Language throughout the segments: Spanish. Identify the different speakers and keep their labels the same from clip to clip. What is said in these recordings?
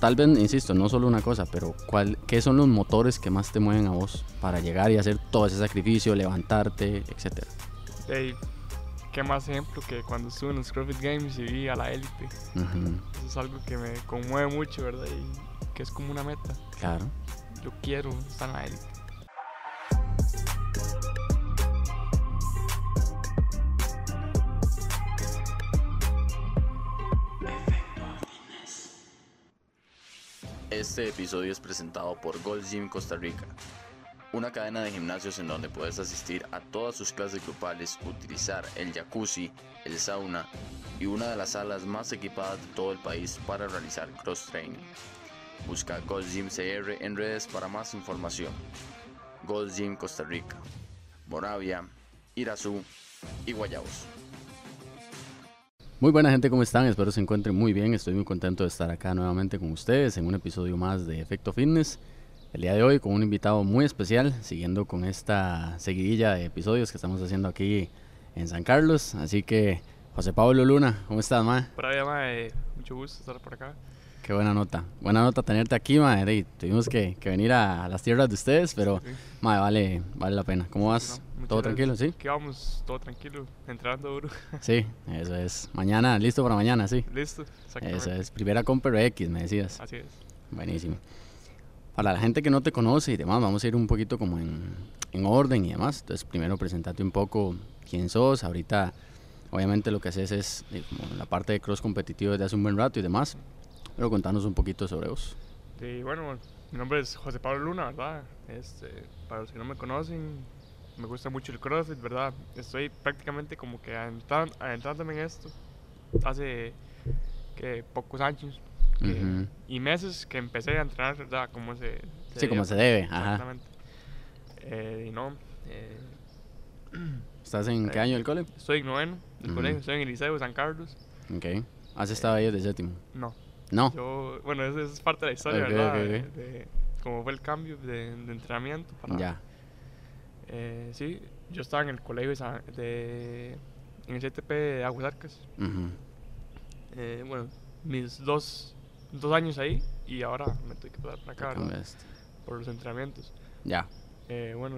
Speaker 1: tal vez, insisto, no solo una cosa, pero ¿cuál, ¿qué son los motores que más te mueven a vos para llegar y hacer todo ese sacrificio, levantarte, etcétera?
Speaker 2: Ey, qué más ejemplo que cuando estuve en los CrossFit Games y vi a la élite.
Speaker 1: Ujú,
Speaker 2: Eso es algo que me conmueve mucho, ¿verdad? Y que es como una meta.
Speaker 1: Claro.
Speaker 2: Yo quiero estar en la élite.
Speaker 3: Este episodio es presentado por Gold Gym Costa Rica, una cadena de gimnasios en donde puedes asistir a todas sus clases grupales, utilizar el jacuzzi, el sauna y una de las salas más equipadas de todo el país para realizar cross training. Busca Gold Gym CR en redes para más información. Gold Gym Costa Rica, Moravia, Irazú y Guayabos.
Speaker 1: Muy buena gente, ¿cómo están? Espero se encuentren muy bien. Estoy muy contento de estar acá nuevamente con ustedes en un episodio más de Efecto Fitness. El día de hoy con un invitado muy especial, siguiendo con esta seguidilla de episodios que estamos haciendo aquí en San Carlos. Así que, José Pablo Luna, ¿cómo estás, ma?
Speaker 2: Pero además, mae, mucho é gusto estar por acá.
Speaker 1: Qué buena nota. Buena nota tenerte aquí, ma. Ey, Tuvimos que, que venir a, a las tierras de ustedes, pero,
Speaker 2: Sí.
Speaker 1: ma, vale, vale la pena. ¿Cómo vas?
Speaker 2: No, muchas
Speaker 1: ¿Todo
Speaker 2: gracias.
Speaker 1: tranquilo? ¿Sí?
Speaker 2: Aquí vamos, todo tranquilo, entrando duro.
Speaker 1: Sí, eso es. Mañana, listo para mañana, sí.
Speaker 2: Listo, Assim
Speaker 1: Eso
Speaker 2: exactamente.
Speaker 1: es. Primera compra X, me decías.
Speaker 2: Así es.
Speaker 1: Buenísimo. Para la gente que no te conoce y demás, vamos a ir un poquito como en, en orden y demás. Entonces, primero presentate un poco quién sos. Ahorita, obviamente, lo que haces es eh, como la parte de cross competitivo desde hace un buen rato y demás. Pero contanos un poquito sobre vos.
Speaker 2: Y bueno, mi nombre es José Pablo Luna, ¿verdad? Este, para los que no me conocen, me gusta mucho el CrossFit, ¿verdad? Estoy prácticamente como que adentran- adentrándome en esto hace que pocos años que-
Speaker 1: Ujú.
Speaker 2: y meses que empecé a entrenar, ¿verdad? Como se,
Speaker 1: Sí, como
Speaker 2: debe.
Speaker 1: se debe. Ajá.
Speaker 2: Exactamente. Eh, y no, eh,
Speaker 1: ¿Estás en qué año del cole?
Speaker 2: estoy en noveno del
Speaker 1: Ujú.
Speaker 2: colegio, estoy en el Liceo de San Carlos.
Speaker 1: Ok. ¿Has estado ahí desde séptimo?
Speaker 2: No,
Speaker 1: No.
Speaker 2: Eh. yo, bueno, esa esa es parte de la historia,
Speaker 1: Oh. Ok,
Speaker 2: ¿verdad?
Speaker 1: ok, ok.
Speaker 2: De, de cómo fue el cambio de, de entrenamiento para,
Speaker 1: Ya.
Speaker 2: Eh, sí, yo estaba en el colegio de, San- de- en el CTP de Aguasarcas.
Speaker 1: Ujú.
Speaker 2: Eh, bueno, mis dos, dos años ahí y ahora me tengo que pasar para
Speaker 1: Te
Speaker 2: acá ¿verdad?
Speaker 1: cambiaste.
Speaker 2: por los entrenamientos.
Speaker 1: Ya.
Speaker 2: Eh, bueno,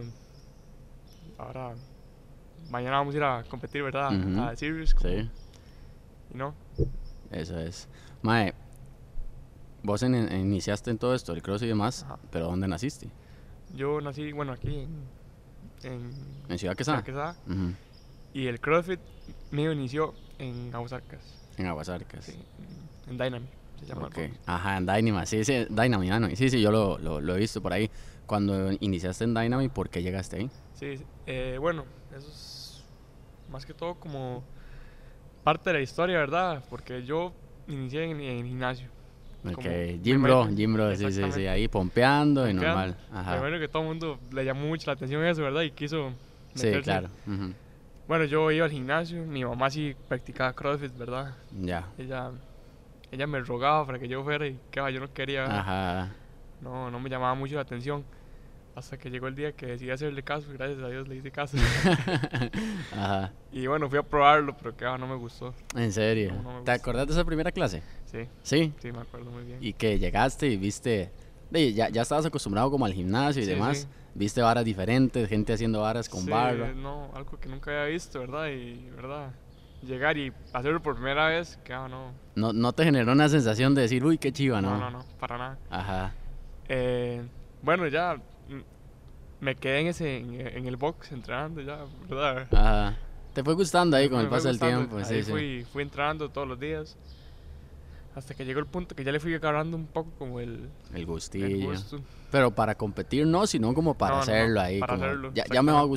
Speaker 2: ahora mañana vamos a ir a competir, ¿verdad?
Speaker 1: Ujú.
Speaker 2: A Series. Ah, como-
Speaker 1: Sí.
Speaker 2: Y no,
Speaker 1: Eso es. Mae, vos en- en- iniciaste en todo esto, el cross y demás,
Speaker 2: Ajá.
Speaker 1: pero ¿dónde naciste?
Speaker 2: yo nací, bueno, aquí en, en
Speaker 1: En Ciudad
Speaker 2: Ciudad
Speaker 1: Quesada.
Speaker 2: Quesada,
Speaker 1: Ujú,
Speaker 2: y el CrossFit mío inició en Aguasarcas,
Speaker 1: En Aguasarcas.
Speaker 2: sí, en- en Dynamic, se llama. el
Speaker 1: Ok.
Speaker 2: programa.
Speaker 1: Ajá, en Dynamite. Sí, sí, Dynamite, ah, no, Sí, sí, yo lo, lo- lo he visto por ahí. Cuando iniciaste en Dynamite, ¿por qué llegaste ahí?
Speaker 2: Sí, sí. Eh, bueno, eso es más que todo como parte de la historia, ¿verdad? Porque yo inicié en, en gimnasio. Como
Speaker 1: Porque
Speaker 2: me
Speaker 1: Jim Bro,
Speaker 2: imagino-
Speaker 1: Jim Bro, sí, sí, sí,
Speaker 2: exactamente.
Speaker 1: ahí pompeando y
Speaker 2: Porque
Speaker 1: normal. Ajá.
Speaker 2: Primero que todo el mundo le llamó mucho la atención eso, ¿verdad? Y quiso...
Speaker 1: Sí,
Speaker 2: meterse.
Speaker 1: claro. ujú,
Speaker 2: Bueno, yo iba al gimnasio, mi mamá sí practicaba CrossFit, ¿verdad?
Speaker 1: Ya.
Speaker 2: Ella, ella me rogaba para que yo fuera y claro, yo no quería,
Speaker 1: Ajá.
Speaker 2: no, no me llamaba mucho la atención. Hasta que llegó el día que decidí hacerle caso, y gracias a Dios le hice caso.
Speaker 1: Ajá.
Speaker 2: y bueno, fui a probarlo, pero que ah, no me gustó.
Speaker 1: En serio.
Speaker 2: No, no me
Speaker 1: ¿Te
Speaker 2: gusta.
Speaker 1: acordás de esa primera clase?
Speaker 2: Sí,
Speaker 1: Sí.
Speaker 2: sí, me acuerdo muy bien.
Speaker 1: Y que llegaste y viste, de, ya, ya estabas acostumbrado como al gimnasio y
Speaker 2: Sí,
Speaker 1: demás,
Speaker 2: sí.
Speaker 1: viste varas diferentes, gente haciendo varas con
Speaker 2: Sí,
Speaker 1: barra.
Speaker 2: No, algo que nunca había visto, ¿verdad? Y, ¿verdad? Llegar y hacerlo por primera vez, que ah, no,
Speaker 1: No, no te generó una sensación de decir, uy, qué chiva, Ah, ¿no?
Speaker 2: no, no, no, para nada.
Speaker 1: Ajá,
Speaker 2: Eh, bueno, ya mm, me quedé en ese, en, en el box entrenando ya, ¿verdad?
Speaker 1: ajá. Te fue gustando ahí con
Speaker 2: Me
Speaker 1: el
Speaker 2: fue
Speaker 1: paso del
Speaker 2: gustando,
Speaker 1: tiempo, sí,
Speaker 2: ahí
Speaker 1: sí.
Speaker 2: Fui, fui entrenando todos los días. Hasta que llegó el punto que ya le fui agarrando un poco como el,
Speaker 1: El
Speaker 2: el
Speaker 1: gustillo.
Speaker 2: gusto.
Speaker 1: Pero para competir no, sino como para
Speaker 2: No, no, no,
Speaker 1: hacerlo ahí.
Speaker 2: para
Speaker 1: como,
Speaker 2: hacerlo,
Speaker 1: ya, ya me va
Speaker 2: exactamente.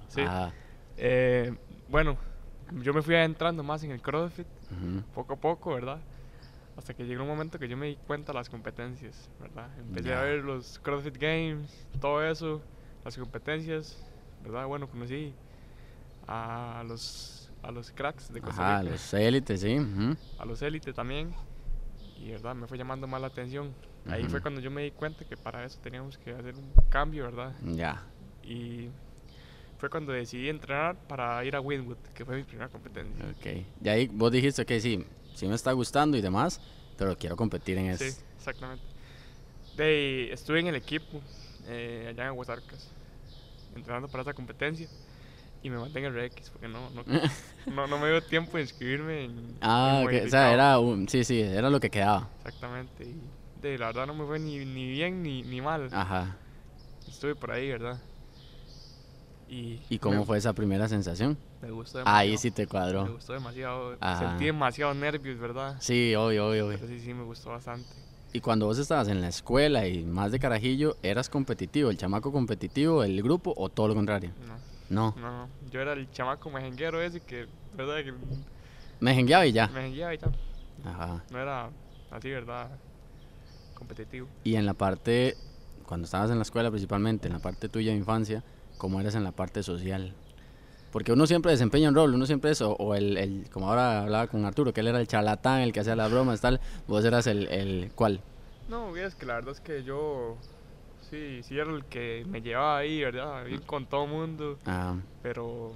Speaker 1: gustando.
Speaker 2: Sí.
Speaker 1: Ajá.
Speaker 2: Eh, bueno, yo me fui adentrando más en el CrossFit.
Speaker 1: ujú,
Speaker 2: poco a poco, ¿verdad? Hasta que llegó un momento que yo me di cuenta de las competencias, ¿verdad? Empecé
Speaker 1: Ya.
Speaker 2: a ver los CrossFit Games, todo eso, las competencias, ¿verdad? Bueno, conocí a los, a los cracks de Costa
Speaker 1: Ajá,
Speaker 2: Rica,
Speaker 1: los élites, sí. ujú,
Speaker 2: a los élite también, y ¿verdad? Me fue llamando más la atención. Ahí fue
Speaker 1: Ujú.
Speaker 2: cuando yo me di cuenta que para eso teníamos que hacer un cambio, ¿verdad?
Speaker 1: Ya.
Speaker 2: Y fue cuando decidí entrenar para ir a Winwood, que fue mi primera competencia.
Speaker 1: Ok. Y ahí vos dijiste que sí, sí me está gustando y demás, pero quiero competir en este
Speaker 2: Sí,
Speaker 1: esto.
Speaker 2: exactamente. De ahí, estuve en el equipo, eh, allá en Aguasarcas, entrenando para esa competencia. Y me mandé en el RX porque no, no, no, no me dio tiempo de inscribirme. En,
Speaker 1: Ah,
Speaker 2: en
Speaker 1: ok, o sea,
Speaker 2: Guayabicao.
Speaker 1: era un- sí, sí, era lo que quedaba.
Speaker 2: Exactamente. Y de, la verdad no me fue ni, ni bien ni, ni mal.
Speaker 1: Ajá.
Speaker 2: Estuve por ahí, ¿verdad? ¿Y,
Speaker 1: ¿Y cómo
Speaker 2: me-
Speaker 1: fue esa primera sensación?
Speaker 2: Me gustó
Speaker 1: Ahí
Speaker 2: demasiado.
Speaker 1: sí te
Speaker 2: Me
Speaker 1: cuadró.
Speaker 2: gustó demasiado.
Speaker 1: Ajá.
Speaker 2: Sentí demasiado nervios, ¿verdad?
Speaker 1: Sí, obvio, obvio,
Speaker 2: Pero
Speaker 1: obvio.
Speaker 2: sí, sí, me gustó bastante.
Speaker 1: Y cuando vos estabas en la escuela y más de carajillo, ¿eras competitivo, el chamaco competitivo, el grupo o todo lo contrario?
Speaker 2: No,
Speaker 1: No,
Speaker 2: no, no. Yo era el chamaco mejenguero ese que, ¿verdad? Que
Speaker 1: me jengueaba y ya.
Speaker 2: mejengueaba y tal.
Speaker 1: Ajá.
Speaker 2: No era así, ¿verdad? Competitivo.
Speaker 1: Y en la parte, cuando estabas en la escuela principalmente, en la parte tuya de infancia, ¿cómo eras en la parte social? Porque uno siempre desempeña un rol, uno siempre es, o, o el, el- como ahora hablaba con Arturo, que él era el charlatán, el que hacía las bromas, tal, vos eras el, el ¿cuál?
Speaker 2: No, es que la verdad es que yo. Sí, sí era el que me llevaba ahí, ¿verdad? Ir con todo mundo.
Speaker 1: Ah,
Speaker 2: Pero.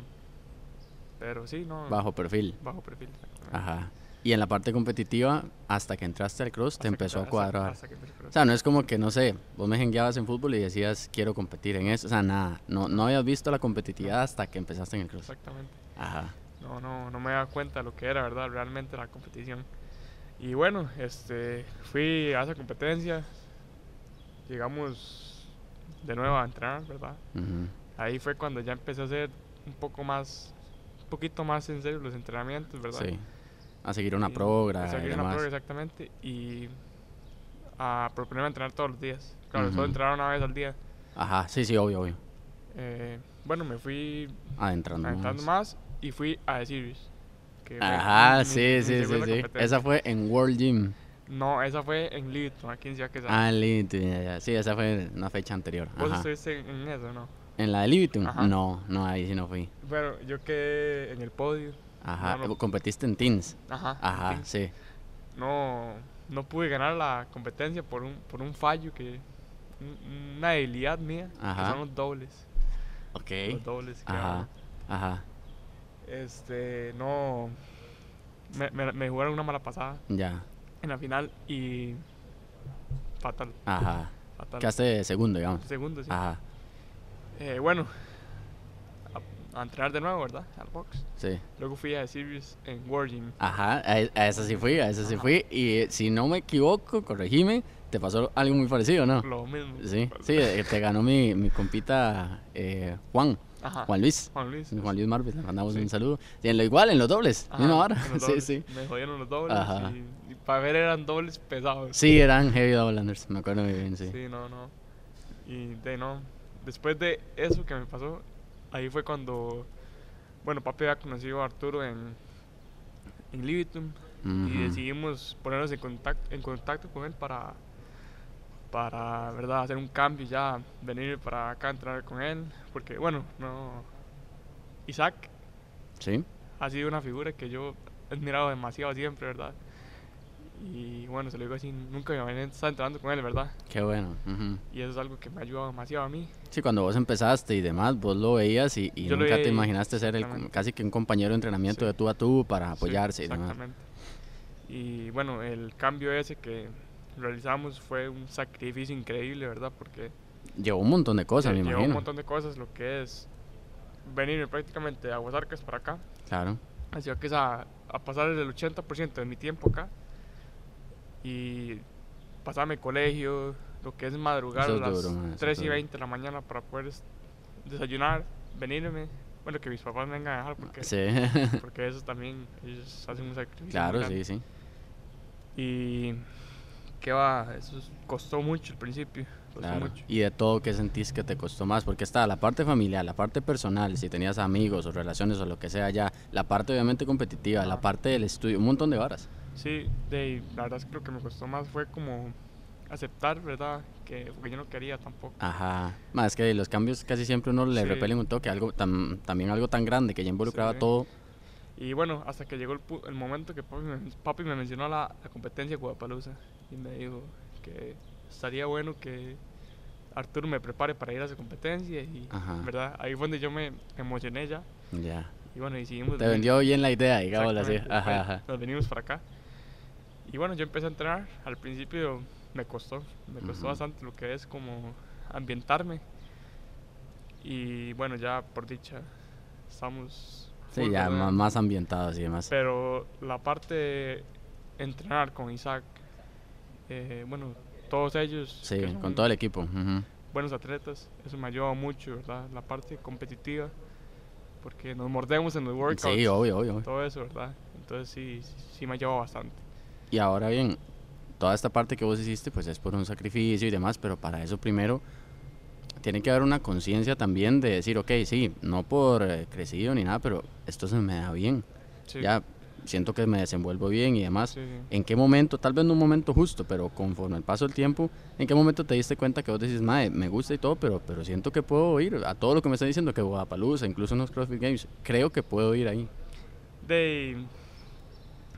Speaker 2: Pero sí, no.
Speaker 1: bajo perfil.
Speaker 2: Bajo perfil. exactamente.
Speaker 1: Ajá. Y en la parte competitiva, hasta que entraste al cross,
Speaker 2: Hasta
Speaker 1: te
Speaker 2: que
Speaker 1: empezó
Speaker 2: tra-
Speaker 1: a
Speaker 2: hasta-
Speaker 1: cuadrar.
Speaker 2: hasta que empecé a
Speaker 1: O
Speaker 2: cuadrar.
Speaker 1: sea, no es como que, no sé, vos me jengueabas en fútbol y decías, quiero competir en eso. O sea, nada, no, no habías visto la competitividad hasta que empezaste en el cross.
Speaker 2: Exactamente.
Speaker 1: Ajá.
Speaker 2: No, no, no me daba cuenta lo que era, ¿verdad? Realmente la competición. Y bueno, este, fui a esa competencia. Llegamos de nuevo a entrenar, ¿verdad?
Speaker 1: Ujú.
Speaker 2: Ahí fue cuando ya empecé a hacer un poco más, un poquito más en serio los entrenamientos, ¿verdad?
Speaker 1: Sí. A seguir una
Speaker 2: Y
Speaker 1: progra
Speaker 2: empecé a
Speaker 1: y
Speaker 2: seguir una
Speaker 1: demás.
Speaker 2: progra, exactamente. Y ah, a proponerme entrenar todos los días. Claro, solo
Speaker 1: Ujú.
Speaker 2: entrenar una vez al día.
Speaker 1: Ajá, sí, sí, obvio, obvio.
Speaker 2: Eh, bueno, me fui
Speaker 1: Adentrando.
Speaker 2: aventando
Speaker 1: más.
Speaker 2: Ah, más y fui a The Series. que fue mi-
Speaker 1: Ajá,
Speaker 2: mi- mi
Speaker 1: sí, sí, sí,
Speaker 2: segunda
Speaker 1: sí.
Speaker 2: competencia.
Speaker 1: Esa fue en World Gym.
Speaker 2: No, esa fue en Livingston, aquí en Ciudad Quesada.
Speaker 1: Ah, listo, ya, ya. Sí, esa fue una fecha anterior.
Speaker 2: ¿Vos
Speaker 1: Ajá.
Speaker 2: estuviste en, en eso, no?
Speaker 1: ¿En la de Libitum?
Speaker 2: Ajá.
Speaker 1: No, no, ahí sí no fui.
Speaker 2: Bueno, yo quedé en el podio.
Speaker 1: Ajá. eh,
Speaker 2: No, no.
Speaker 1: Competiste en teens.
Speaker 2: Ajá.
Speaker 1: Ajá,
Speaker 2: en fin.
Speaker 1: sí.
Speaker 2: No, no pude ganar la competencia por un, por un fallo que. un- Una debilidad mía,
Speaker 1: Ajá.
Speaker 2: que son los dobles.
Speaker 1: Ok.
Speaker 2: Los dobles que
Speaker 1: Ajá.
Speaker 2: hago.
Speaker 1: Ajá.
Speaker 2: Este, no. Me, me, me jugaron una mala pasada
Speaker 1: Ya.
Speaker 2: en la final y. Fatal,
Speaker 1: Ajá.
Speaker 2: fatal.
Speaker 1: Que hace segundo, digamos.
Speaker 2: Segundo, sí.
Speaker 1: Ajá.
Speaker 2: Eh, bueno, a, a entrenar de nuevo, ¿verdad? Al box.
Speaker 1: Sí.
Speaker 2: Luego fui a The Series en Wargym.
Speaker 1: Ajá. A, e- a esa sí fui, a esa sí
Speaker 2: Ajá.
Speaker 1: fui. Y eh, si no me equivoco, corregime, te pasó algo muy parecido, ¿no?
Speaker 2: Lo mismo.
Speaker 1: Sí, sí, eh, te ganó mi, mi compita eh, Juan,
Speaker 2: Ajá.
Speaker 1: Juan Luis.
Speaker 2: Juan Luis.
Speaker 1: Juan Luis Marvis, le mandamos
Speaker 2: Ah. Sí.
Speaker 1: un saludo. Y en lo igual, en los dobles,
Speaker 2: Ajá,
Speaker 1: misma vara.
Speaker 2: en los
Speaker 1: Sí,
Speaker 2: dobles.
Speaker 1: sí.
Speaker 2: Me jodieron los dobles.
Speaker 1: Ajá.
Speaker 2: Y, y para ver eran dobles pesados.
Speaker 1: Sí, eran heavy doublanders, me acuerdo muy bien, sí.
Speaker 2: Sí, no, no. Y de no. Después de eso que me pasó, ahí fue cuando. Bueno, papi había conocido a Arturo en. En Libitum.
Speaker 1: Ujú.
Speaker 2: Y decidimos ponernos en contacto, en contacto con él para. Para, ¿verdad? Hacer un cambio y ya. Venir para acá a entrenar con él. Porque, bueno, no. Isaac
Speaker 1: Sí,
Speaker 2: ha sido una figura que yo he admirado demasiado siempre, ¿verdad? Y bueno, se lo digo así, nunca me imaginé estar entrenando con él, ¿verdad?
Speaker 1: qué bueno. ujú.
Speaker 2: Y eso es algo que me ha ayudado demasiado a mí.
Speaker 1: Sí, cuando vos empezaste y demás, vos lo veías y, y
Speaker 2: Yo lo
Speaker 1: nunca te
Speaker 2: veía y-
Speaker 1: imaginaste ser el-
Speaker 2: exactamente.
Speaker 1: casi que un compañero de entrenamiento
Speaker 2: Sí.
Speaker 1: de tú a tú para
Speaker 2: Sí,
Speaker 1: apoyarse y demás.
Speaker 2: exactamente. Y bueno, el cambio ese que realizamos fue un sacrificio increíble, ¿verdad? Porque
Speaker 1: Llevó un montón de cosas,
Speaker 2: lle-
Speaker 1: me
Speaker 2: llevó un
Speaker 1: imagino.
Speaker 2: montón de cosas, lo que es venir prácticamente de Aguasarcas para acá.
Speaker 1: Claro.
Speaker 2: Así que es a, a pasar el 80% de mi tiempo acá y pasarme colegio, lo que es madrugar
Speaker 1: Eso es
Speaker 2: a las
Speaker 1: duro, ma, eso es
Speaker 2: 3 y
Speaker 1: duro.
Speaker 2: 20 de la mañana para poder es- desayunar, venirme. Bueno, que mis papás me vengan a dejar porque,
Speaker 1: Sí,
Speaker 2: porque eso también, ellos hacen un sacrificio.
Speaker 1: claro,
Speaker 2: muy
Speaker 1: sí,
Speaker 2: grande.
Speaker 1: sí.
Speaker 2: Y qué va, eso es- costó mucho al principio, costó
Speaker 1: Claro.
Speaker 2: mucho.
Speaker 1: Y de todo, ¿qué sentís que te costó más? Porque está la parte familiar, la parte personal, si tenías amigos o relaciones o lo que sea ya, la parte obviamente competitiva, la
Speaker 2: Ajá.
Speaker 1: parte del estudio, un montón de varas.
Speaker 2: Sí, de, ahí, la verdad es que lo que me costó más fue como aceptar, ¿verdad? Que, porque yo no quería tampoco.
Speaker 1: Ah. Ajá. Más que los cambios casi siempre uno le
Speaker 2: Sí.
Speaker 1: repelen un toque, algo tan, también algo tan grande que ya involucraba
Speaker 2: Sí.
Speaker 1: todo.
Speaker 2: Y bueno, hasta que llegó el, pu- el momento que papi me, papi me mencionó la, la competencia de Guadalupe y me dijo que estaría bueno que Arturo me prepare para ir a esa competencia y
Speaker 1: Ajá.
Speaker 2: verdad ahí fue donde yo me emocioné ya
Speaker 1: Ya.
Speaker 2: y bueno decidimos
Speaker 1: Te
Speaker 2: venir-
Speaker 1: vendió bien la idea, digámoslo así.
Speaker 2: Exactamente, pues,
Speaker 1: Ajá,
Speaker 2: fue-
Speaker 1: ajá.
Speaker 2: nos venimos para acá y bueno yo empecé a entrenar al principio me costó, me costó
Speaker 3: Ujú.
Speaker 2: bastante lo que es como ambientarme. Y bueno, ya por dicha, estamos...
Speaker 1: Sí,
Speaker 2: full,
Speaker 1: ya
Speaker 2: pues, ¿verdad?
Speaker 1: más, más ambientadas y demás.
Speaker 2: Pero la parte de entrenar con Isaac, eh, bueno, todos ellos,
Speaker 1: Sí,
Speaker 2: que
Speaker 1: con
Speaker 2: son
Speaker 1: todo el equipo. ujú.
Speaker 2: buenos atletas, eso me ha ayudado mucho, ¿verdad? La parte competitiva, porque nos mordemos en los workouts,
Speaker 1: Sí, obvio, obvio. obvio.
Speaker 2: todo eso, ¿verdad? Entonces sí, sí, sí me ha ayudado bastante.
Speaker 1: Y ahora bien, toda esta parte que vos hiciste, pues es por un sacrificio y demás, pero para eso primero tiene que haber una conciencia también de decir, ok, sí, no por eh, crecido ni nada, pero esto se me da bien.
Speaker 2: Sí,
Speaker 1: Ya siento que me desenvuelvo bien y demás.
Speaker 2: sí, sí.
Speaker 1: ¿En qué momento, tal vez no un momento justo, pero conforme el paso del tiempo, en qué momento te diste cuenta que vos decís, mae, me gusta y todo, pero, pero siento que puedo ir a todo lo que me están diciendo, que Guadalajara, incluso en los CrossFit Games, creo que puedo ir ahí.
Speaker 2: De,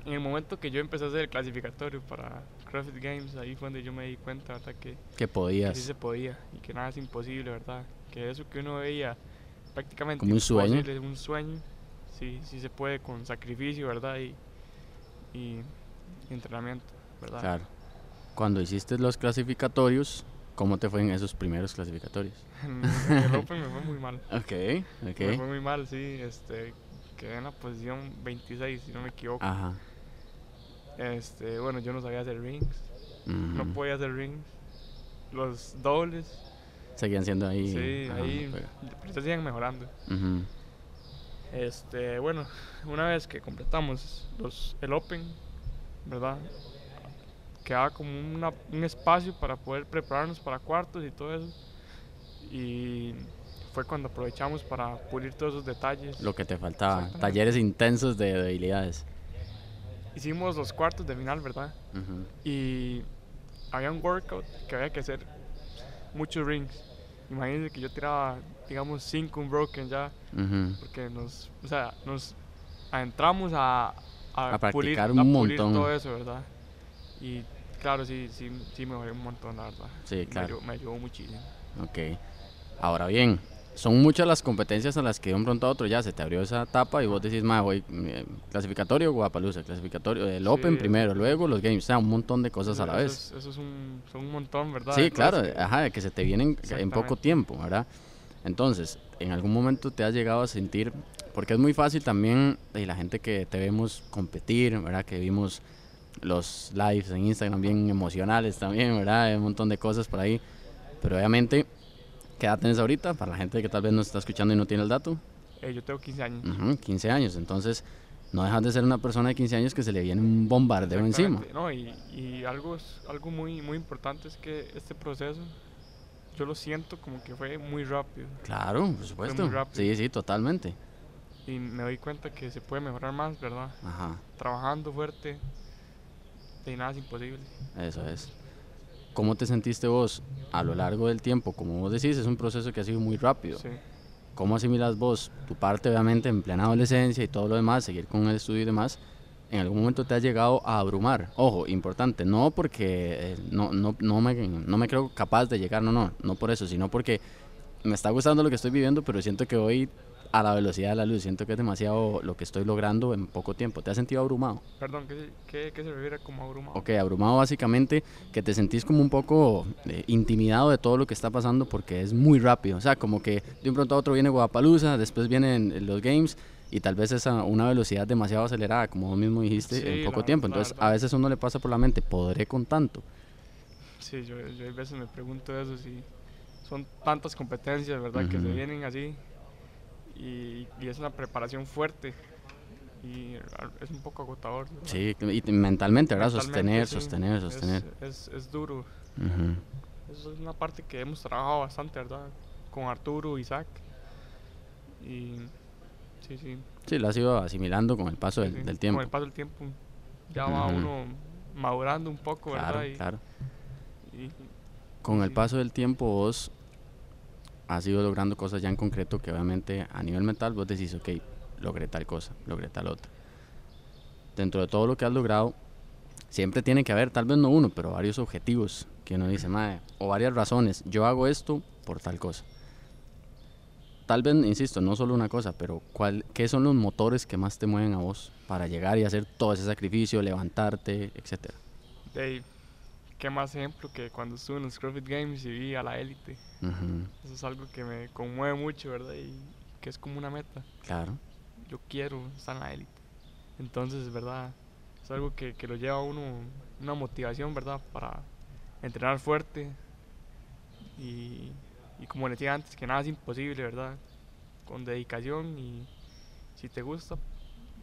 Speaker 2: en el momento que yo empecé a hacer el clasificatorio para CrossFit Games, ahí fue donde yo me di cuenta, ¿verdad? Que,
Speaker 1: Que
Speaker 2: que sí
Speaker 1: podías.
Speaker 2: se podía y que nada es imposible, ¿verdad? Que eso que uno veía prácticamente
Speaker 1: Como un sueño.
Speaker 2: imposible, un sueño, sí, sí se puede con sacrificio, ¿verdad? Y, y entrenamiento, ¿verdad?
Speaker 1: Claro. Cuando hiciste los clasificatorios, ¿cómo te fue en esos primeros clasificatorios?
Speaker 2: En el Open me fue muy mal.
Speaker 1: Ok,
Speaker 2: Me
Speaker 1: ok.
Speaker 2: fue muy mal, sí. Este, quedé en la posición 26, si no me equivoco.
Speaker 1: Ajá.
Speaker 2: Este, bueno, yo no sabía hacer rings.
Speaker 1: ujú.
Speaker 2: No podía hacer rings. Los dobles.
Speaker 1: Seguían siendo ahí.
Speaker 2: Sí,
Speaker 1: ajá,
Speaker 2: ahí.
Speaker 1: pero-
Speaker 2: Pero se siguen mejorando.
Speaker 1: ujú,
Speaker 2: Este, bueno, una vez que completamos los, el Open, ¿verdad? Quedaba como una- un espacio para poder prepararnos para cuartos y todo eso. Y fue cuando aprovechamos para pulir todos esos detalles.
Speaker 1: Lo que te faltaba.
Speaker 2: Exactamente.
Speaker 1: Talleres intensos de debilidades.
Speaker 2: Hicimos los cuartos de final, ¿verdad?
Speaker 1: Ujú,
Speaker 2: Y había un workout que había que hacer muchos rings. Imagínense que yo tiraba, digamos, 5 broken ya,
Speaker 1: ujú.
Speaker 2: porque nos, o sea, nos adentramos a,
Speaker 1: A practicar
Speaker 2: a
Speaker 1: un
Speaker 2: pulir
Speaker 1: montón.
Speaker 2: todo eso, ¿verdad? Y claro, sí, sí, sí mejoré un montón, la verdad.
Speaker 1: Sí,
Speaker 2: Me
Speaker 1: claro.
Speaker 2: ayudó- Me ayudó muchísimo.
Speaker 1: Ok. Ahora bien, son muchas las competencias a las que de un pronto a otro ya se te abrió esa etapa y vos decís, más voy eh, clasificatorio, Guapaluza, clasificatorio, el
Speaker 2: Sí.
Speaker 1: Open primero, luego los Games, o sea, un montón de cosas a la
Speaker 2: Eso
Speaker 1: vez.
Speaker 2: es- eso es un, son un montón, ¿verdad?
Speaker 1: Sí,
Speaker 2: De
Speaker 1: claro,
Speaker 2: cosas que-
Speaker 1: ajá, que se te vienen en poco
Speaker 2: Exactamente.
Speaker 1: tiempo, ¿verdad? Entonces, en algún momento te has llegado a sentir, porque es muy fácil también, y la gente que te vemos competir, ¿verdad? Que vimos los lives en Instagram bien emocionales también, ¿verdad? Hay un montón de cosas por ahí, pero obviamente, ¿qué edad tenés ahorita? Para la gente que tal vez no está escuchando y no tiene el dato,
Speaker 2: Eh, yo tengo 15 años.
Speaker 1: Ujú, 15 años, entonces no dejas de ser una persona de 15 años que se le viene un bombardeo encima.
Speaker 2: Exactamente, No, y, y algo, es- algo muy, muy importante es que este proceso, yo lo siento como que fue muy rápido
Speaker 1: Claro, por supuesto.
Speaker 2: rápido.
Speaker 1: Sí, sí, totalmente.
Speaker 2: y me doy cuenta que se puede mejorar más, ¿verdad?
Speaker 1: Ajá.
Speaker 2: Trabajando fuerte, de nada es imposible.
Speaker 1: Eso es. ¿Cómo te sentiste vos a lo largo del tiempo? Como vos decís, es un proceso que ha sido muy rápido.
Speaker 2: Sí.
Speaker 1: ¿Cómo asimilas vos tu parte, obviamente, en plena adolescencia y todo lo demás, seguir con el estudio y demás? ¿En algún momento te ha llegado a abrumar? Ojo, importante, no porque eh, no, no, no, me, no me creo capaz de llegar, no, no, no por eso, sino porque me está gustando lo que estoy viviendo, pero siento que voy a la velocidad de la luz, siento que es demasiado lo que estoy logrando en poco tiempo. ¿Te has sentido abrumado?
Speaker 2: Perdón, ¿qué, se- qué, qué se refiere como abrumado?
Speaker 1: Ok, abrumado básicamente, que te sentís como un poco eh, intimidado de todo lo que está pasando porque es muy rápido. O sea, como que de un pronto a otro viene Guapaluza, después vienen los games y tal vez es a una velocidad demasiado acelerada, como vos mismo dijiste,
Speaker 2: Sí,
Speaker 1: en poco
Speaker 2: la-
Speaker 1: tiempo.
Speaker 2: la
Speaker 1: Entonces, a
Speaker 2: verdad.
Speaker 1: veces uno le pasa por la mente, podré con tanto.
Speaker 2: Sí, yo, yo a veces me pregunto eso, si son tantas competencias, ¿verdad? Que se
Speaker 1: Ujú.
Speaker 2: vienen así y, y es una preparación fuerte y ah, es un poco agotador. ¿verdad?
Speaker 1: Sí, y te- mentalmente, ¿verdad? Sostener,
Speaker 2: Mentalmente, sí.
Speaker 1: sostener,
Speaker 2: Es-
Speaker 1: sostener.
Speaker 2: Es, es duro.
Speaker 1: Ujú.
Speaker 2: Eso es una parte que hemos trabajado bastante, ¿verdad? Con Arturo, Isaac. Y. Sí, sí.
Speaker 1: Sí, lo has ido asimilando con el paso del,
Speaker 2: sí.
Speaker 1: del tiempo.
Speaker 2: Con el paso del tiempo. Ya va
Speaker 1: Ujú.
Speaker 2: uno madurando un poco,
Speaker 1: claro,
Speaker 2: ¿verdad? Y,
Speaker 1: claro.
Speaker 2: y-
Speaker 1: Con el
Speaker 2: Sí.
Speaker 1: paso del tiempo vos has ido logrando cosas ya en concreto que obviamente a nivel mental vos decís, ok, logré tal cosa, logré tal otra. Dentro de todo lo que has logrado, siempre tiene que haber, tal vez no uno, pero varios objetivos que uno dice, madre, o varias razones, yo hago esto por tal cosa. Tal vez, insisto, no solo una cosa, pero ¿cuál, ¿qué son los motores que más te mueven a vos para llegar y hacer todo ese sacrificio, levantarte, etcétera?
Speaker 2: de ahí, qué más ejemplo que cuando estuve en los CrossFit Games y vi a la élite.
Speaker 1: Ujú,
Speaker 2: Eso es algo que me conmueve mucho, ¿verdad? Y que es como una meta.
Speaker 1: Claro.
Speaker 2: Yo quiero estar en la élite. Entonces, ¿verdad? Es algo que, que lo lleva a uno, una motivación, ¿verdad? Para entrenar fuerte. Y, y como les decía antes, que nada es imposible, ¿verdad? Con dedicación y si te gusta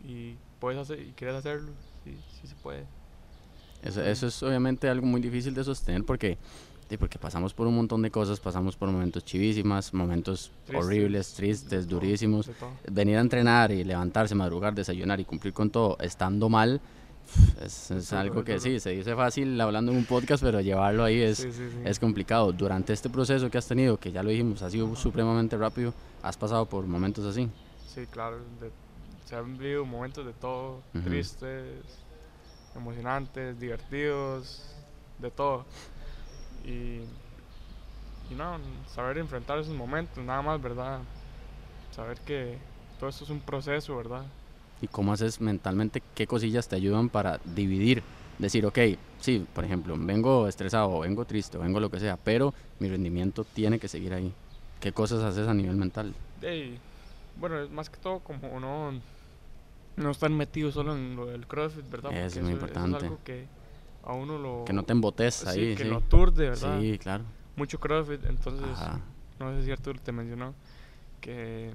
Speaker 2: y puedes hacer y quieres hacerlo, sí, sí se puede.
Speaker 1: Eso, eso es obviamente algo muy difícil de sostener porque, sí, porque pasamos por un montón de cosas, pasamos por momentos chivísimas, momentos
Speaker 2: Tristes.
Speaker 1: horribles, tristes,
Speaker 2: De todo,
Speaker 1: durísimos.
Speaker 2: de todo.
Speaker 1: Venir a entrenar y levantarse, madrugar, desayunar y cumplir con todo estando mal. Es, es
Speaker 2: duro,
Speaker 1: algo
Speaker 2: es
Speaker 1: que
Speaker 2: duro.
Speaker 1: sí, se dice fácil hablando en un podcast, pero llevarlo ahí es,
Speaker 2: Sí, sí, sí.
Speaker 1: es complicado. Durante este proceso que has tenido, que ya lo dijimos, ha sido supremamente rápido, has pasado por momentos así.
Speaker 2: Sí, claro. de- se han vivido momentos de todo,
Speaker 1: Ujú.
Speaker 2: tristes, emocionantes, divertidos, de todo. Y, y no, saber enfrentar esos momentos, nada más, ¿verdad? Saber que todo esto es un proceso, ¿verdad?
Speaker 1: ¿Y cómo haces mentalmente? ¿Qué cosillas te ayudan para dividir? Decir, ok, sí, por ejemplo, vengo estresado, o vengo triste, o vengo lo que sea, pero mi rendimiento tiene que seguir ahí. ¿Qué cosas haces a nivel mental?
Speaker 2: Ey, bueno, es más que todo como no, no estar metido solo en lo del CrossFit, ¿verdad?
Speaker 1: Es
Speaker 2: Porque
Speaker 1: muy
Speaker 2: eso- eso
Speaker 1: importante.
Speaker 2: es algo que a uno lo...
Speaker 1: Que no te embotes
Speaker 2: Pues sí,
Speaker 1: ahí,
Speaker 2: que
Speaker 1: sí.
Speaker 2: lo aturde, ¿verdad?
Speaker 1: Sí, claro.
Speaker 2: Mucho CrossFit, entonces...
Speaker 1: Ajá.
Speaker 2: no sé si Arturo te mencionó que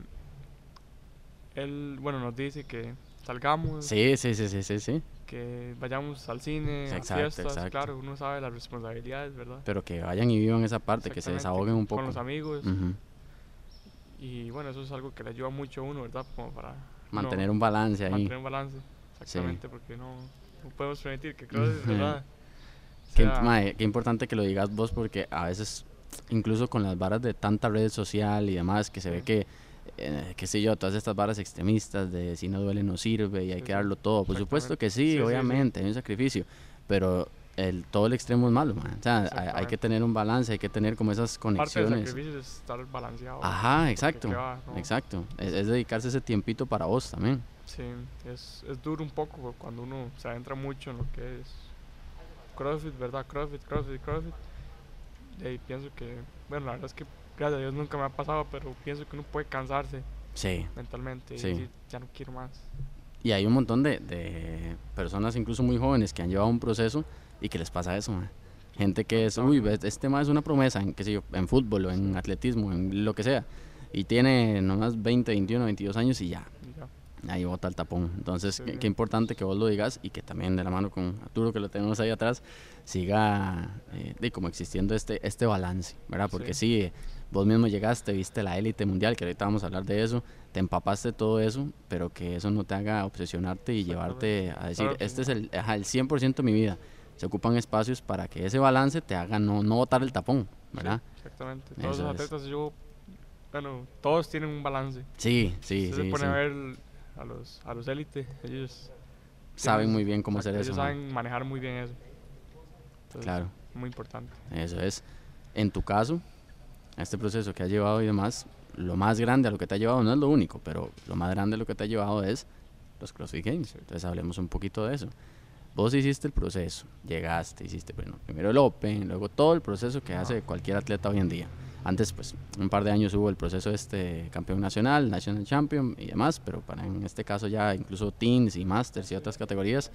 Speaker 2: él, bueno, nos dice que salgamos,
Speaker 1: Sí, sí, sí, sí, sí, sí.
Speaker 2: que vayamos al cine,
Speaker 1: Exacto,
Speaker 2: a fiestas,
Speaker 1: exacto.
Speaker 2: claro, uno sabe las responsabilidades, ¿verdad?
Speaker 1: Pero que vayan y vivan esa parte, que se
Speaker 2: Exactamente,
Speaker 1: desahoguen un poco.
Speaker 2: Con los amigos,
Speaker 1: Ujú.
Speaker 2: y bueno, eso es algo que le ayuda mucho a uno, ¿verdad? Como para uno
Speaker 1: Mantener un balance ahí.
Speaker 2: mantener un balance, exactamente, porque no, no podemos permitir que cruces, ¿verdad?
Speaker 1: Qué,
Speaker 2: sea-
Speaker 1: mae, qué importante que lo digas vos porque a veces, incluso con las varas de tanta red social y demás, que se ve
Speaker 2: Sí.
Speaker 1: que, eh, qué sé yo, todas estas varas extremistas de si no duele no sirve y hay
Speaker 2: Sí,
Speaker 1: que
Speaker 2: sí,
Speaker 1: darlo todo. Por supuesto que sí,
Speaker 2: Sí, sí, sí.
Speaker 1: obviamente, hay un sacrificio, pero el, todo el extremo es malo, mae. O sea, hay- hay, que
Speaker 2: Exactamente.
Speaker 1: tener un balance, hay que tener como esas
Speaker 2: Parte del
Speaker 1: conexiones.
Speaker 2: sacrificio es estar balanceado.
Speaker 1: Ajá, exacto.
Speaker 2: qué va, no.
Speaker 1: Exacto. Es, es dedicarse ese tiempito para vos también.
Speaker 2: Sí, es, es duro un poco cuando uno se adentra mucho en lo que es CrossFit, ¿verdad? CrossFit, CrossFit, CrossFit. Y ahí pienso que, bueno, la verdad es que gracias a Dios nunca me ha pasado, pero pienso que uno puede cansarse
Speaker 1: Sí.
Speaker 2: mentalmente
Speaker 1: Sí.
Speaker 2: y decir, ya no quiero más.
Speaker 1: Y hay un montón de, de personas, incluso muy jóvenes, que han llevado un proceso y que les pasa eso. mae. Gente que es, uy, ve, este tema es una promesa en, qué sé yo, en fútbol o en atletismo, en lo que sea. Y tiene nomás 20, 21, 22 años y ya,
Speaker 2: Y ya.
Speaker 1: ahí bota el tapón. Entonces,
Speaker 2: Sí,
Speaker 1: qué,
Speaker 2: sí.
Speaker 1: qué importante que vos lo digas y que también de la mano con Arturo, que lo tenemos ahí atrás, siga eh, de como existiendo este, este balance, ¿verdad? Porque sí, eh, vos mismo llegaste, viste la élite mundial, que ahorita vamos a hablar de eso, te empapaste de todo eso, pero que eso no te haga obsesionarte y llevarte a decir,
Speaker 2: Claro que
Speaker 1: este es el, ajá, el 100% de mi vida. Se ocupan espacios para que ese balance te haga no, no botar el tapón,
Speaker 2: Sí,
Speaker 1: ¿verdad?
Speaker 2: exactamente. Todos
Speaker 1: Eso
Speaker 2: los
Speaker 1: es.
Speaker 2: atletas, yo, bueno, todos tienen un balance.
Speaker 1: Sí, sí, sí.
Speaker 2: Usted se pone a
Speaker 1: sí.
Speaker 2: ver el- a los, a los élites, ellos
Speaker 1: Saben
Speaker 2: tienen-
Speaker 1: muy bien cómo hacer
Speaker 2: ellos
Speaker 1: eso. ¿no?
Speaker 2: saben pues, manejar muy bien eso. Entonces,
Speaker 1: Claro.
Speaker 2: Muy importante.
Speaker 1: Eso es. En tu caso, a este proceso que has llevado y demás, lo más grande a lo que te ha llevado no es lo único, pero lo más grande a lo que te ha llevado es los CrossFit Games. Entonces hablemos un poquito de eso. Vos hiciste el proceso, llegaste, hiciste bueno, primero el Open, luego todo el proceso que hace cualquier atleta hoy en día. Antes, pues, un par de años hubo el proceso este campeón nacional, National Champion y demás, pero para en este caso ya incluso teens y masters y otras categorías,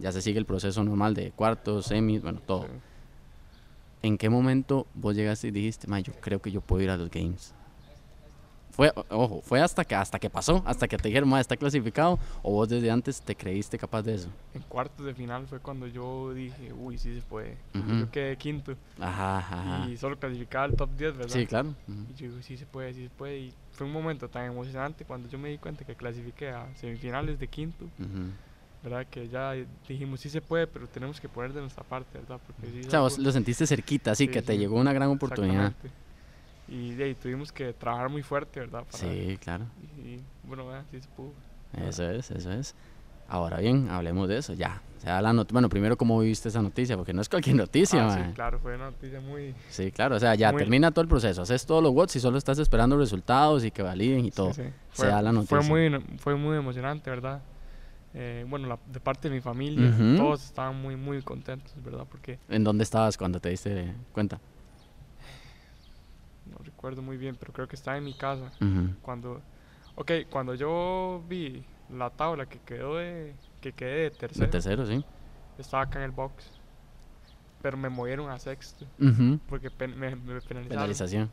Speaker 1: ya se sigue el proceso normal de cuartos, semis, bueno, todo.
Speaker 2: Sí.
Speaker 1: ¿En qué momento vos llegaste y dijiste, "Ma, yo creo que yo puedo ir a los games? Fue, o- ojo, fue hasta que, hasta que pasó, hasta que te dijeron, ma, está clasificado, o vos desde antes te creíste capaz de eso.
Speaker 2: En cuartos de final fue cuando yo dije, uy, sí se puede. porque
Speaker 1: Ujú.
Speaker 2: Yo quedé quinto
Speaker 1: Ajá, ajá. ajá.
Speaker 2: y solo clasificaba al top 10, ¿verdad?
Speaker 1: Sí, claro. ujú.
Speaker 2: Y yo digo, sí se puede, sí se puede. Y fue un momento tan emocionante cuando yo me di cuenta que clasifiqué a semifinales de quinto,
Speaker 1: Ujú.
Speaker 2: ¿verdad? Que ya dijimos, sí se puede, pero tenemos que poner de nuestra parte, ¿verdad? Porque sí es
Speaker 1: O sea, vos
Speaker 2: algo-
Speaker 1: lo sentiste cerquita, así
Speaker 2: Sí,
Speaker 1: que te
Speaker 2: sí.
Speaker 1: llegó una gran oportunidad.
Speaker 2: Exactamente. Y de ahí tuvimos que trabajar muy fuerte, ¿verdad? Para-
Speaker 1: Sí, claro.
Speaker 2: Y bueno, vea, sí se pudo.
Speaker 1: Eso es, eso es. Ahora bien, hablemos de eso, ya. O sea, la not- bueno, primero, ¿cómo viviste esa noticia? Porque no es cualquier noticia,
Speaker 2: Ah,
Speaker 1: ma.
Speaker 2: sí, claro, fue una noticia muy...
Speaker 1: Sí, claro, o sea, ya
Speaker 2: Muy-
Speaker 1: termina todo el proceso, haces todos los watts y solo estás esperando resultados y que validen y todo.
Speaker 2: Sí, sí.
Speaker 1: Se da la
Speaker 2: Fue
Speaker 1: noticia.
Speaker 2: muy, fue muy emocionante, ¿verdad? eh, bueno, la- de parte de mi familia,
Speaker 1: Ujú.
Speaker 2: todos estaban muy, muy contentos, ¿verdad? Porque
Speaker 1: ¿En dónde estabas cuando te diste cuenta?
Speaker 2: no recuerdo muy bien, pero creo que estaba en mi casa. Cuando, ok, cuando yo vi la tabla que quedó de, que quedé de
Speaker 1: De
Speaker 2: tercero,
Speaker 1: tercero, sí.
Speaker 2: estaba acá en el box. Pero me movieron a sexto, porque pen- me, me penalizaron.
Speaker 1: Penalización.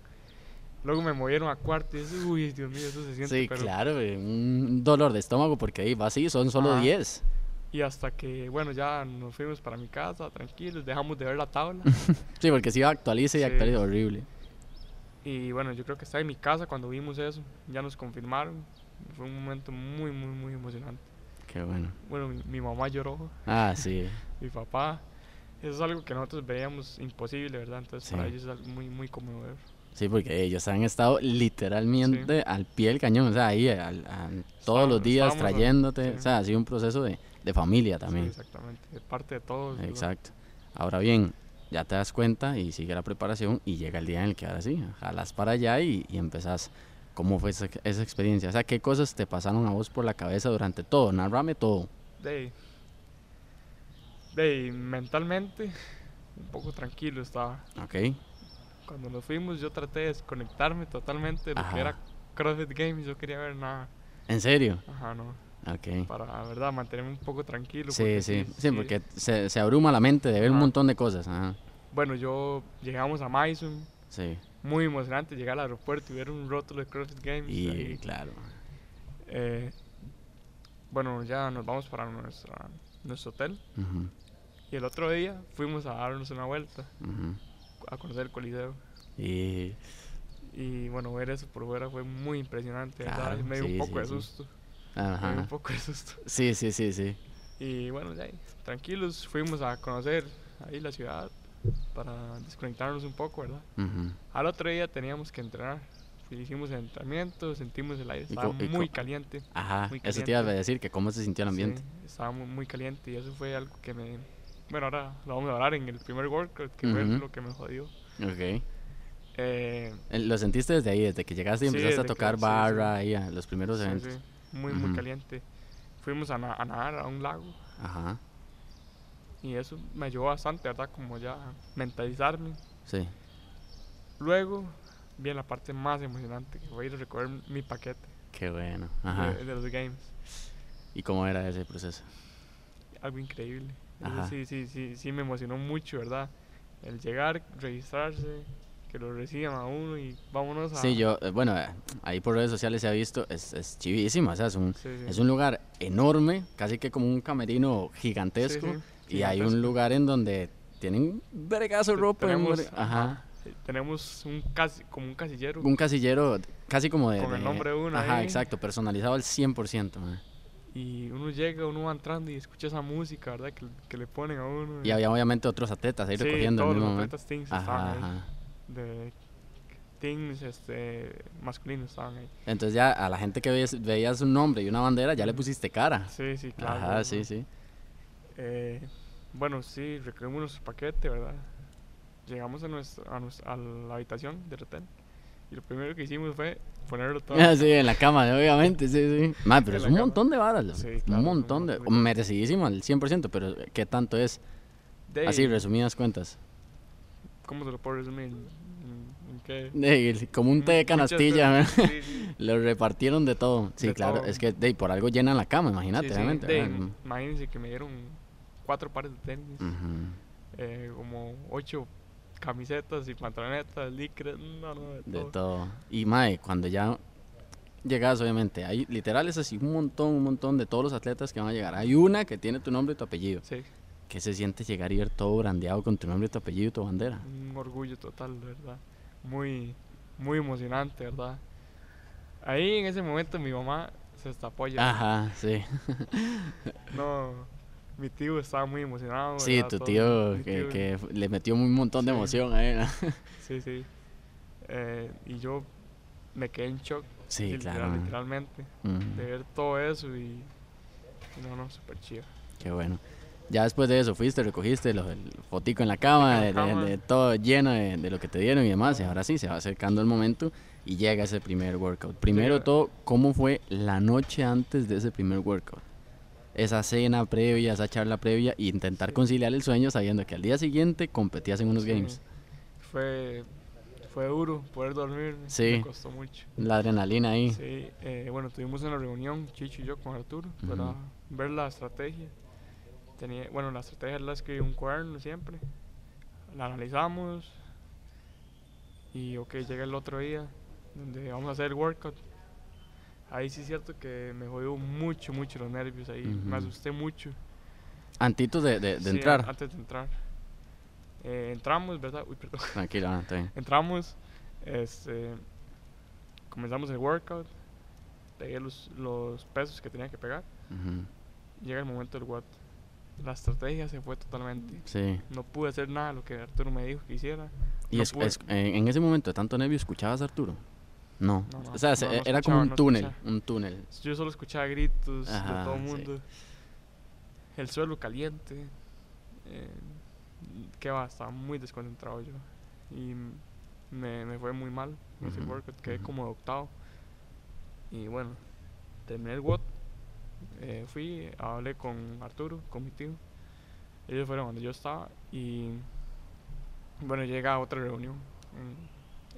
Speaker 2: Luego me movieron a cuarto y dije, uy, Dios mío, eso se siente.
Speaker 1: Sí,
Speaker 2: pero-
Speaker 1: claro, eh, un dolor de estómago porque ahí va así, son solo
Speaker 2: Ajá.
Speaker 1: 10.
Speaker 2: Y hasta que, bueno, ya nos fuimos para mi casa, tranquilos, dejamos de ver la tabla.
Speaker 1: Sí, porque si actualiza y
Speaker 2: Sí.
Speaker 1: actualiza horrible.
Speaker 2: y bueno, yo creo que estaba en mi casa cuando vimos eso, ya nos confirmaron. Fue un momento muy, muy, muy emocionante.
Speaker 1: Qué bueno.
Speaker 2: Bueno, mi, mi mamá lloró,
Speaker 1: Ah, sí.
Speaker 2: mi papá. Eso es algo que nosotros veíamos imposible, ¿verdad? Entonces
Speaker 1: Sí.
Speaker 2: para ellos es algo muy, muy conmovedor.
Speaker 1: Sí, porque ellos han estado literalmente al pie del cañón, o sea, ahí al- al- todos los
Speaker 2: Estábamos-
Speaker 1: días
Speaker 2: estábamos al-
Speaker 1: trayéndote,
Speaker 2: sí.
Speaker 1: o sea, ha sido un proceso de, de familia
Speaker 2: Sí,
Speaker 1: también.
Speaker 2: exactamente, de parte de todos. ¿verdad?
Speaker 1: Exacto. Ahora bien, ya te das cuenta y sigue la preparación y llega el día en el que ahora sí, jalas para allá y, y empezás. ¿Cómo fue esa, esa experiencia? O sea, ¿qué cosas te pasaron a vos por la cabeza durante todo? Narrame todo.
Speaker 2: De ahí- de ahí, mentalmente, un poco tranquilo estaba.
Speaker 1: ¿Ok?
Speaker 2: Cuando nos fuimos yo traté de desconectarme totalmente de lo
Speaker 1: Ajá.
Speaker 2: que era CrossFit Games, yo quería ver nada.
Speaker 1: ¿En serio?
Speaker 2: Ajá, no.
Speaker 1: Ok.
Speaker 2: Para, la verdad, mantenerme un poco tranquilo.
Speaker 1: Sí,
Speaker 2: porque
Speaker 1: sí, sí, porque se, se abruma la mente de ver un
Speaker 2: Ajá.
Speaker 1: montón de cosas. Ajá.
Speaker 2: Bueno, yo llegamos a Mason,
Speaker 1: Sí,
Speaker 2: muy emocionante llegar al aeropuerto y ver un rótulo de CrossFit Games.
Speaker 1: y
Speaker 2: ahí.
Speaker 1: claro.
Speaker 2: Eh, bueno, ya nos vamos para nuestra, nuestro hotel.
Speaker 1: Ujú,
Speaker 2: Y el otro día fuimos a darnos una vuelta,
Speaker 1: ujú.
Speaker 2: a conocer el Coliseo.
Speaker 1: Y
Speaker 2: Y bueno, ver eso por fuera fue muy impresionante, ¿verdad?
Speaker 1: Claro,
Speaker 2: me dio
Speaker 1: sí,
Speaker 2: un poco
Speaker 1: sí,
Speaker 2: de
Speaker 1: sí.
Speaker 2: susto. Me dio
Speaker 1: ajá.
Speaker 2: un poco de susto.
Speaker 1: Sí, sí, sí, sí.
Speaker 2: Y bueno, de ahí, tranquilos, fuimos a conocer ahí la ciudad para desconectarnos un poco, ¿verdad?
Speaker 1: Ujú.
Speaker 2: Al otro día teníamos que entrenar. y Hicimos el entrenamiento, sentimos el aire,
Speaker 1: Y
Speaker 2: estaba
Speaker 1: co- y
Speaker 2: muy
Speaker 1: co-
Speaker 2: caliente.
Speaker 1: Ajá,
Speaker 2: Muy
Speaker 1: eso te iba a
Speaker 2: caliente.
Speaker 1: decir que cómo se sintió el ambiente.
Speaker 2: sí, estaba muy, muy caliente y eso fue algo que me... Bueno, ahora lo vamos a hablar en el primer workout, que fue
Speaker 1: Ujú.
Speaker 2: lo que me jodió.
Speaker 1: Ok.
Speaker 2: Eh,
Speaker 1: Eh, Lo sentiste desde ahí, desde que llegaste y
Speaker 2: Sí,
Speaker 1: empezaste a
Speaker 2: desde que-
Speaker 1: tocar
Speaker 2: sí, sí.
Speaker 1: barra ahí a los primeros
Speaker 2: sí,
Speaker 1: eventos.
Speaker 2: sí, muy, muy
Speaker 1: Ujú.
Speaker 2: caliente. Fuimos a, na- a nadar a un lago
Speaker 1: Ajá,
Speaker 2: y eso me ayudó bastante, ¿verdad? Como ya a mentalizarme.
Speaker 1: sí.
Speaker 2: Luego viene la parte más emocionante, que voy a ir a recoger mi paquete
Speaker 1: Qué bueno.
Speaker 2: de-
Speaker 1: Ajá.
Speaker 2: de, los games.
Speaker 1: ¿Y cómo era ese proceso?
Speaker 2: Algo increíble. Eso
Speaker 1: Ajá.
Speaker 2: sí, sí, sí, sí me emocionó mucho, ¿verdad? El llegar, registrarse, que lo reciban a uno y vámonos a...
Speaker 1: Sí, yo, eh, bueno, eh, ahí por redes sociales se ha visto, es, es chivísimo, o sea, es un,
Speaker 2: Sí, sí.
Speaker 1: es un lugar enorme, casi que como un camerino gigantesco,
Speaker 2: sí,
Speaker 1: y hay un
Speaker 2: gigantesco.
Speaker 1: lugar en donde tienen un vergazo de
Speaker 2: Te-
Speaker 1: ropa, un
Speaker 2: tenemos-
Speaker 1: ver- ajá,
Speaker 2: Eh, Tenemos un casi, como un casillero.
Speaker 1: un casillero casi como de...
Speaker 2: Con el
Speaker 1: de-
Speaker 2: nombre de uno
Speaker 1: Ajá,
Speaker 2: ahí.
Speaker 1: exacto, personalizado al 100%. ma.
Speaker 2: Y uno llega, uno va entrando y escucha esa música, ¿verdad? Que, que le ponen a uno.
Speaker 1: Y había obviamente otros atletas ahí
Speaker 2: sí,
Speaker 1: recogiendo en
Speaker 2: todos
Speaker 1: el mismo
Speaker 2: los
Speaker 1: momento.
Speaker 2: atletas teams
Speaker 1: Ajá,
Speaker 2: estaban ahí.
Speaker 1: ajá.
Speaker 2: De teams este, masculinos estaban ahí.
Speaker 1: Entonces ya a la gente que veías, veías un nombre y una bandera ya le
Speaker 2: Ujú.
Speaker 1: pusiste cara.
Speaker 2: Sí, sí, claro.
Speaker 1: Ajá,
Speaker 2: ¿no?
Speaker 1: sí, sí.
Speaker 2: Eh, bueno, sí, recogimos nuestro paquete, ¿verdad? Llegamos a, nuestra, a, nues- a la habitación del hotel y lo primero que hicimos fue ponerlo todo.
Speaker 1: Ah, sí, en la cama, obviamente, sí, sí. Ma, pero
Speaker 2: En
Speaker 1: es
Speaker 2: la
Speaker 1: un
Speaker 2: cama.
Speaker 1: montón de varas, loco,
Speaker 2: Sí, claro, pues,
Speaker 1: un
Speaker 2: es un
Speaker 1: montón de...
Speaker 2: montón de-
Speaker 1: Merecidísimo al 100%, pero ¿qué tanto es?
Speaker 2: De
Speaker 1: Así,
Speaker 2: ahí,
Speaker 1: resumidas cuentas.
Speaker 2: ¿Cómo te lo puedo resumir? ¿En, en qué?
Speaker 1: De- Como un té de
Speaker 2: Muchas
Speaker 1: canastilla,
Speaker 2: veces, sí, sí.
Speaker 1: lo repartieron de todo. Sí,
Speaker 2: De
Speaker 1: claro,
Speaker 2: todo.
Speaker 1: es que de, por algo llenan la cama, imagínate,
Speaker 2: Sí, sí,
Speaker 1: obviamente.
Speaker 2: de ahí,
Speaker 1: ¿verdad? Mm.
Speaker 2: imagínense que me dieron cuatro pares de tenis,
Speaker 1: Ujú,
Speaker 2: eh, como ocho camisetas y pantalonetas, licras, no, no, de
Speaker 1: De
Speaker 2: todo.
Speaker 1: todo. Y Mae, cuando ya llegas, obviamente, hay literal es así un montón, un montón de todos los atletas que van a llegar. Hay una que tiene tu nombre y tu apellido.
Speaker 2: Sí,
Speaker 1: ¿Qué se siente llegar y ver todo brandeado con tu nombre, tu apellido y tu bandera?
Speaker 2: un orgullo total, de verdad. Muy, muy emocionante, ¿verdad? Ahí en ese momento mi mamá se destapó ya.
Speaker 1: Ajá, sí.
Speaker 2: No, mi tío estaba muy emocionado.
Speaker 1: Sí,
Speaker 2: ¿verdad?
Speaker 1: tu
Speaker 2: Todo.
Speaker 1: tío
Speaker 2: Mi
Speaker 1: que,
Speaker 2: tío,
Speaker 1: que f- le metió un montón de
Speaker 2: Sí.
Speaker 1: emoción a él.
Speaker 2: Sí, sí. Eh, y yo me quedé en shock,
Speaker 1: Sí,
Speaker 2: literal-
Speaker 1: claro.
Speaker 2: literalmente,
Speaker 1: Ujú,
Speaker 2: de ver todo eso y... y No, no, súper chido.
Speaker 1: Qué bueno. Ya después de eso fuiste, recogiste los, el fotico en la cama,
Speaker 2: en la
Speaker 1: de, de-
Speaker 2: cama.
Speaker 1: de todo lleno de, de lo que te dieron y demás. Y ahora sí, se va acercando el momento y llega ese primer workout. Primero de
Speaker 2: Llega-
Speaker 1: todo, ¿cómo fue la noche antes de ese primer workout? esa cena previa, esa charla previa e intentar
Speaker 2: Sí.
Speaker 1: conciliar el sueño sabiendo que al día siguiente competías en unos
Speaker 2: Sí.
Speaker 1: games.
Speaker 2: Fue, fue duro poder dormir.
Speaker 1: Sí.
Speaker 2: Me costó mucho.
Speaker 1: La adrenalina ahí.
Speaker 2: Sí, eh, bueno, tuvimos una reunión, Chicho y yo, con Arturo, para
Speaker 1: Ujú.
Speaker 2: ver la estrategia. Tenía, bueno, la estrategia la escribí en un cuaderno siempre. La analizamos. Y ok, llega el otro día, donde vamos a hacer el workout. Ahí sí es cierto que me jodió mucho, mucho los nervios ahí.
Speaker 1: Ujú.
Speaker 2: Me asusté mucho.
Speaker 1: Antitos de, de- de
Speaker 2: Sí, an-
Speaker 1: entrar.
Speaker 2: Antes de entrar. Eh, entramos, ¿verdad? Uy, perdón.
Speaker 1: Tranquila, ah, está bien.
Speaker 2: Entramos, este, comenzamos el workout, pegué los, los pesos que tenía que pegar.
Speaker 1: Ujú.
Speaker 2: Llega el momento del WOD. La estrategia se fue totalmente.
Speaker 1: Sí.
Speaker 2: No pude hacer nada de lo que Arturo me dijo que hiciera.
Speaker 1: Y
Speaker 2: No
Speaker 1: es-
Speaker 2: pude.
Speaker 1: es- en, en ese momento de tanto nervio, ¿escuchabas a Arturo? No.
Speaker 2: No, no,
Speaker 1: o sea, se-
Speaker 2: no, no
Speaker 1: era como
Speaker 2: escuchaba,
Speaker 1: un
Speaker 2: no
Speaker 1: túnel,
Speaker 2: escuchaba.
Speaker 1: un túnel.
Speaker 2: Yo solo escuchaba gritos
Speaker 1: Ajá,
Speaker 2: de todo el
Speaker 1: sí.
Speaker 2: mundo. El suelo caliente. Eh, qué va, estaba muy desconcentrado yo. Y m- me, me fue muy mal en ese
Speaker 1: Ujú,
Speaker 2: workout, quedé
Speaker 1: ujú.
Speaker 2: como de octavo. Y bueno, terminé el WOT. eh, fui, hablé con Arturo, con mi tío. Ellos fueron donde yo estaba y bueno, llega otra reunión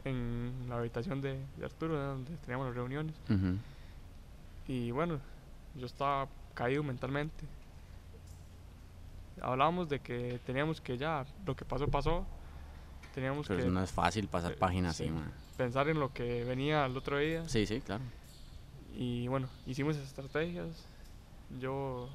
Speaker 2: en, en la habitación de, de Arturo, donde teníamos las reuniones.
Speaker 1: Ujú.
Speaker 2: Y bueno, yo estaba caído mentalmente. Hablábamos de que teníamos que ya, lo que pasó, pasó. Teníamos
Speaker 1: Pero
Speaker 2: Pues que
Speaker 1: no es fácil pasar
Speaker 2: eh,
Speaker 1: páginas
Speaker 2: sí.
Speaker 1: así, man.
Speaker 2: pensar en lo que venía el otro día.
Speaker 1: Sí, sí, claro.
Speaker 2: Y bueno, hicimos estrategias. Yo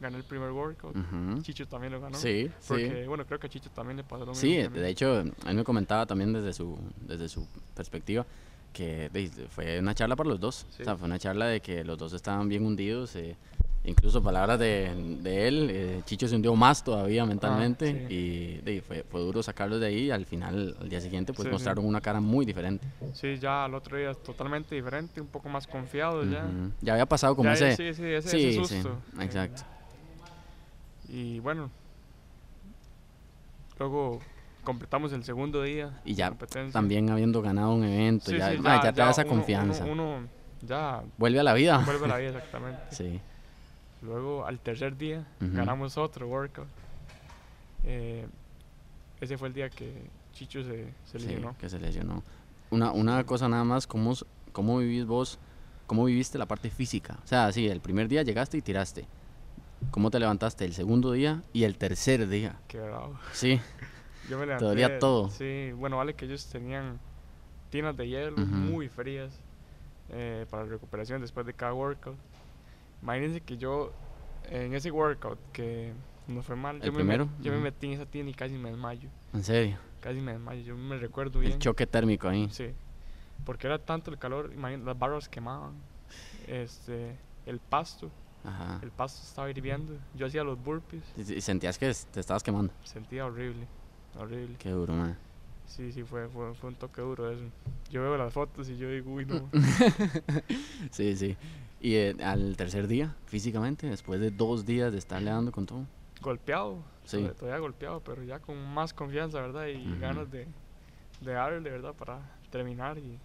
Speaker 2: gané el primer workout.
Speaker 1: Ujú.
Speaker 2: Chicho también lo ganó.
Speaker 1: Sí, sí.
Speaker 2: Pues Porque bueno, creo que a Chicho también le pasó lo mismo.
Speaker 1: Sí,
Speaker 2: que a
Speaker 1: de
Speaker 2: mí.
Speaker 1: de hecho, él me comentaba también desde su, desde su perspectiva que de- fue una charla para los dos. O sea,
Speaker 2: Sí.
Speaker 1: fue una charla de que los dos estaban bien hundidos. eh, incluso palabras de, de él, eh, Chicho se hundió más todavía mentalmente
Speaker 2: Ah, sí.
Speaker 1: y de- fue, fue duro sacarlos de ahí. y Al final, al día siguiente, pues
Speaker 2: Sí, sí.
Speaker 1: mostraron una cara muy diferente.
Speaker 2: Sí, ya al otro día totalmente diferente, un poco más confiado Pues ya.
Speaker 1: Ujú. Ya había pasado como
Speaker 2: Ya,
Speaker 1: ese...
Speaker 2: sí, sí, ese,
Speaker 1: sí,
Speaker 2: ese
Speaker 1: sí,
Speaker 2: susto. eh,
Speaker 1: exacto.
Speaker 2: Y bueno, luego completamos el segundo día.
Speaker 1: Y
Speaker 2: de
Speaker 1: ya
Speaker 2: competencia.
Speaker 1: También habiendo ganado un evento,
Speaker 2: Sí,
Speaker 1: ya,
Speaker 2: sí,
Speaker 1: ma, ya te da esa
Speaker 2: uno- uno-
Speaker 1: confianza.
Speaker 2: Uno, ya
Speaker 1: Vuelve a la vida.
Speaker 2: vuelve a la vida exactamente.
Speaker 1: Sí.
Speaker 2: Luego al tercer día
Speaker 1: Ujú.
Speaker 2: ganamos otro workout. Eh, ese fue el día que Chicho se, se
Speaker 1: Sí,
Speaker 2: lesionó.
Speaker 1: que se lesionó. Una, una cosa nada más, ¿cómo, s- ¿cómo vivís vos, cómo viviste la parte física? O sea, sí, el primer día llegaste y tiraste. ¿Cómo te levantaste el segundo día y el tercer día?
Speaker 2: Qué bravo.
Speaker 1: Sí,
Speaker 2: Yo me
Speaker 1: Te dolía
Speaker 2: levanté-
Speaker 1: todo.
Speaker 2: Sí, bueno, vale que ellos tenían tinas de hielo
Speaker 1: Ujú.
Speaker 2: muy frías eh, para la recuperación después de cada workout. Imagínense que yo, en ese workout que no fue mal,
Speaker 1: ¿El
Speaker 2: yo,
Speaker 1: primero?
Speaker 2: Me, met- yo me
Speaker 1: Ujú.
Speaker 2: metí en esa tina y casi me desmayo.
Speaker 1: en serio.
Speaker 2: Casi me desmayo, yo me recuerdo bien.
Speaker 1: El choque térmico ahí.
Speaker 2: Sí, porque era tanto el calor, imagínate, las barras quemaban. Este, el pasto,
Speaker 1: Ajá.
Speaker 2: el pasto estaba hirviendo. Yo hacía los burpees,
Speaker 1: Y, y sentías que es- te estabas quemando.
Speaker 2: sentía horrible, horrible.
Speaker 1: Qué duro, man.
Speaker 2: Sí, sí, fue, fue, fue un toque duro eso. Yo veo las fotos y yo digo, uy, no.
Speaker 1: Sí, sí. Y eh, al tercer día, físicamente, después de dos días de estarle dando con todo.
Speaker 2: golpeado,
Speaker 1: Sí.
Speaker 2: sobre- todavía golpeado, pero ya con más confianza, ¿verdad? Y
Speaker 1: Ujú.
Speaker 2: ganas de, de darle, ¿verdad? Para terminar. Y,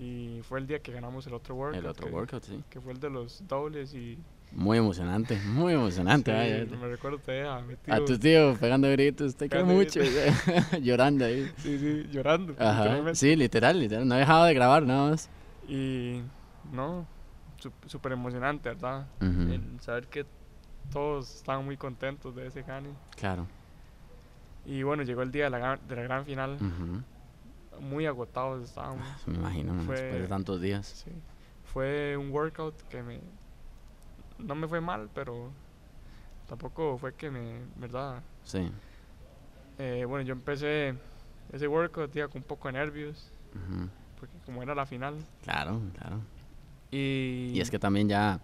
Speaker 2: y fue el día que ganamos el otro workout.
Speaker 1: El otro
Speaker 2: que,
Speaker 1: workout, sí.
Speaker 2: Que fue el de los dobles y...
Speaker 1: Muy emocionante, muy emocionante.
Speaker 2: sí,
Speaker 1: vaya.
Speaker 2: me recuerdo todavía metido,
Speaker 1: A tu tío pegando gritos, te quiero
Speaker 2: Pegando
Speaker 1: mucho. Llorando ahí.
Speaker 2: sí, sí, llorando.
Speaker 1: Ajá.
Speaker 2: literalmente.
Speaker 1: Sí, literal, literal. No dejaba de grabar nada más.
Speaker 2: Y no, sup- súper emocionante, ¿verdad?
Speaker 1: Ujú.
Speaker 2: El saber que todos estaban muy contentos de ese gane.
Speaker 1: Claro.
Speaker 2: Y bueno, llegó el día de la, gra- de la gran final.
Speaker 1: Ujú.
Speaker 2: Muy agotados estábamos.
Speaker 1: Me imagino, man,
Speaker 2: Fue-
Speaker 1: después de tantos días.
Speaker 2: Sí. Fue un workout que me. No me fue mal, pero tampoco fue que me. ¿Verdad?
Speaker 1: Sí.
Speaker 2: Eh, bueno, yo empecé ese workout ya con un poco de nervios,
Speaker 1: Ujú.
Speaker 2: porque como era la final.
Speaker 1: Claro, claro.
Speaker 2: Y.
Speaker 1: Y es que también ya,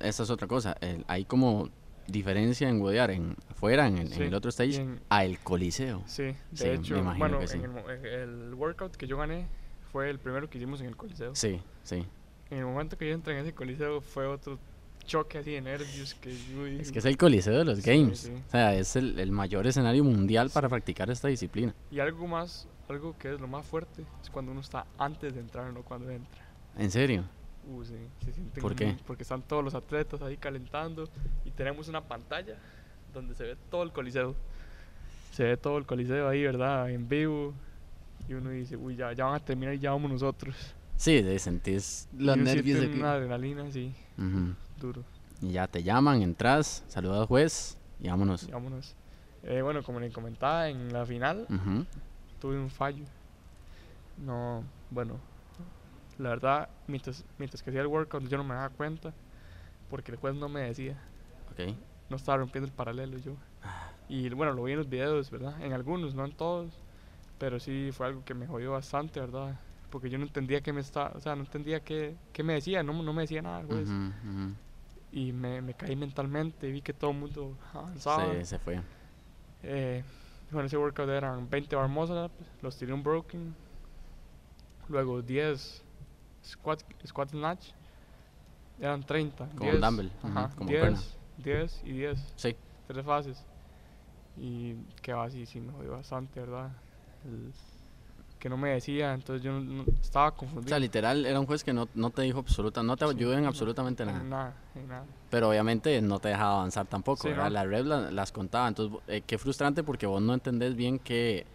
Speaker 1: esa es otra cosa. el- hay como diferencia en Godear, en afuera, en el, en
Speaker 2: Sí,
Speaker 1: el otro
Speaker 2: y
Speaker 1: stage,
Speaker 2: en-
Speaker 1: a el coliseo.
Speaker 2: Sí, de
Speaker 1: Sí, me
Speaker 2: hecho,
Speaker 1: imagino
Speaker 2: bueno,
Speaker 1: que
Speaker 2: en
Speaker 1: sí.
Speaker 2: el, mo- en el workout que yo gané fue el primero que hicimos en el Coliseo.
Speaker 1: Sí, sí.
Speaker 2: En el momento que yo entré en ese Coliseo fue otro choque así de nervios que yo
Speaker 1: Es
Speaker 2: dije,
Speaker 1: que es el coliseo de los
Speaker 2: Sí,
Speaker 1: games.
Speaker 2: sí.
Speaker 1: O sea, es el, el mayor escenario mundial para practicar esta disciplina.
Speaker 2: Y algo más, algo que es lo más fuerte, es cuando uno está antes de entrar, no cuando entra.
Speaker 1: En serio.
Speaker 2: Uh, sí, se sienten
Speaker 1: ¿Por qué?
Speaker 2: muy- Porque están todos los atletas ahí calentando y tenemos una pantalla donde se ve todo el coliseo. Se ve todo el coliseo ahí, ¿verdad? En vivo. Y uno dice, uy, ya, ya van a terminar y ya vamos nosotros.
Speaker 1: Sí, de sentís los
Speaker 2: Y uno
Speaker 1: nervios
Speaker 2: siente
Speaker 1: de que...
Speaker 2: Una adrenalina, sí,
Speaker 1: Ujú.
Speaker 2: duro.
Speaker 1: Y ya te llaman, entras, saludas al juez y vámonos.
Speaker 2: Y vámonos. Eh, bueno, como les comentaba, en la final
Speaker 1: Ujú.
Speaker 2: tuve un fallo. No, bueno, la verdad, mientras, mientras que hacía el workout yo no me daba cuenta porque el juez no me decía.
Speaker 1: Ok.
Speaker 2: no estaba rompiendo el paralelo yo. Y bueno, lo vi en los videos, ¿verdad? En algunos, no en todos, pero sí fue algo que me jodió bastante, ¿verdad? Porque yo no entendía qué me estaba, o sea, no entendía qué, qué me decía, no, no me decía nada, pues.
Speaker 1: Ujú, ujú.
Speaker 2: Y me, me caí mentalmente, vi que todo el mundo avanzaba.
Speaker 1: Se, se fue.
Speaker 2: Eh, bueno, ese workout eran 20 bar muscle up, los tiré un broken. Luego 10 squat, squat snatch. Eran 30.
Speaker 1: Como un dumbbell, ujú,
Speaker 2: Ajá,
Speaker 1: como cuerda.
Speaker 2: 10, 10 y 10
Speaker 1: Sí.
Speaker 2: tres fases. Y quedaba así, sí, me jodió bastante, ¿verdad? El- que no me decía, entonces yo no- no- estaba
Speaker 1: O
Speaker 2: confundido.
Speaker 1: sea, literal, era un juez que no, no te dijo absoluta, no te
Speaker 2: Sí,
Speaker 1: ayudó en
Speaker 2: no,
Speaker 1: absolutamente
Speaker 2: en
Speaker 1: nada.
Speaker 2: Nada, en nada.
Speaker 1: Pero obviamente no te dejaba avanzar tampoco,
Speaker 2: Sí,
Speaker 1: ¿verdad?
Speaker 2: no.
Speaker 1: Las reps la- las contaba. Entonces, vo- eh, qué frustrante porque vos no entendés bien qué,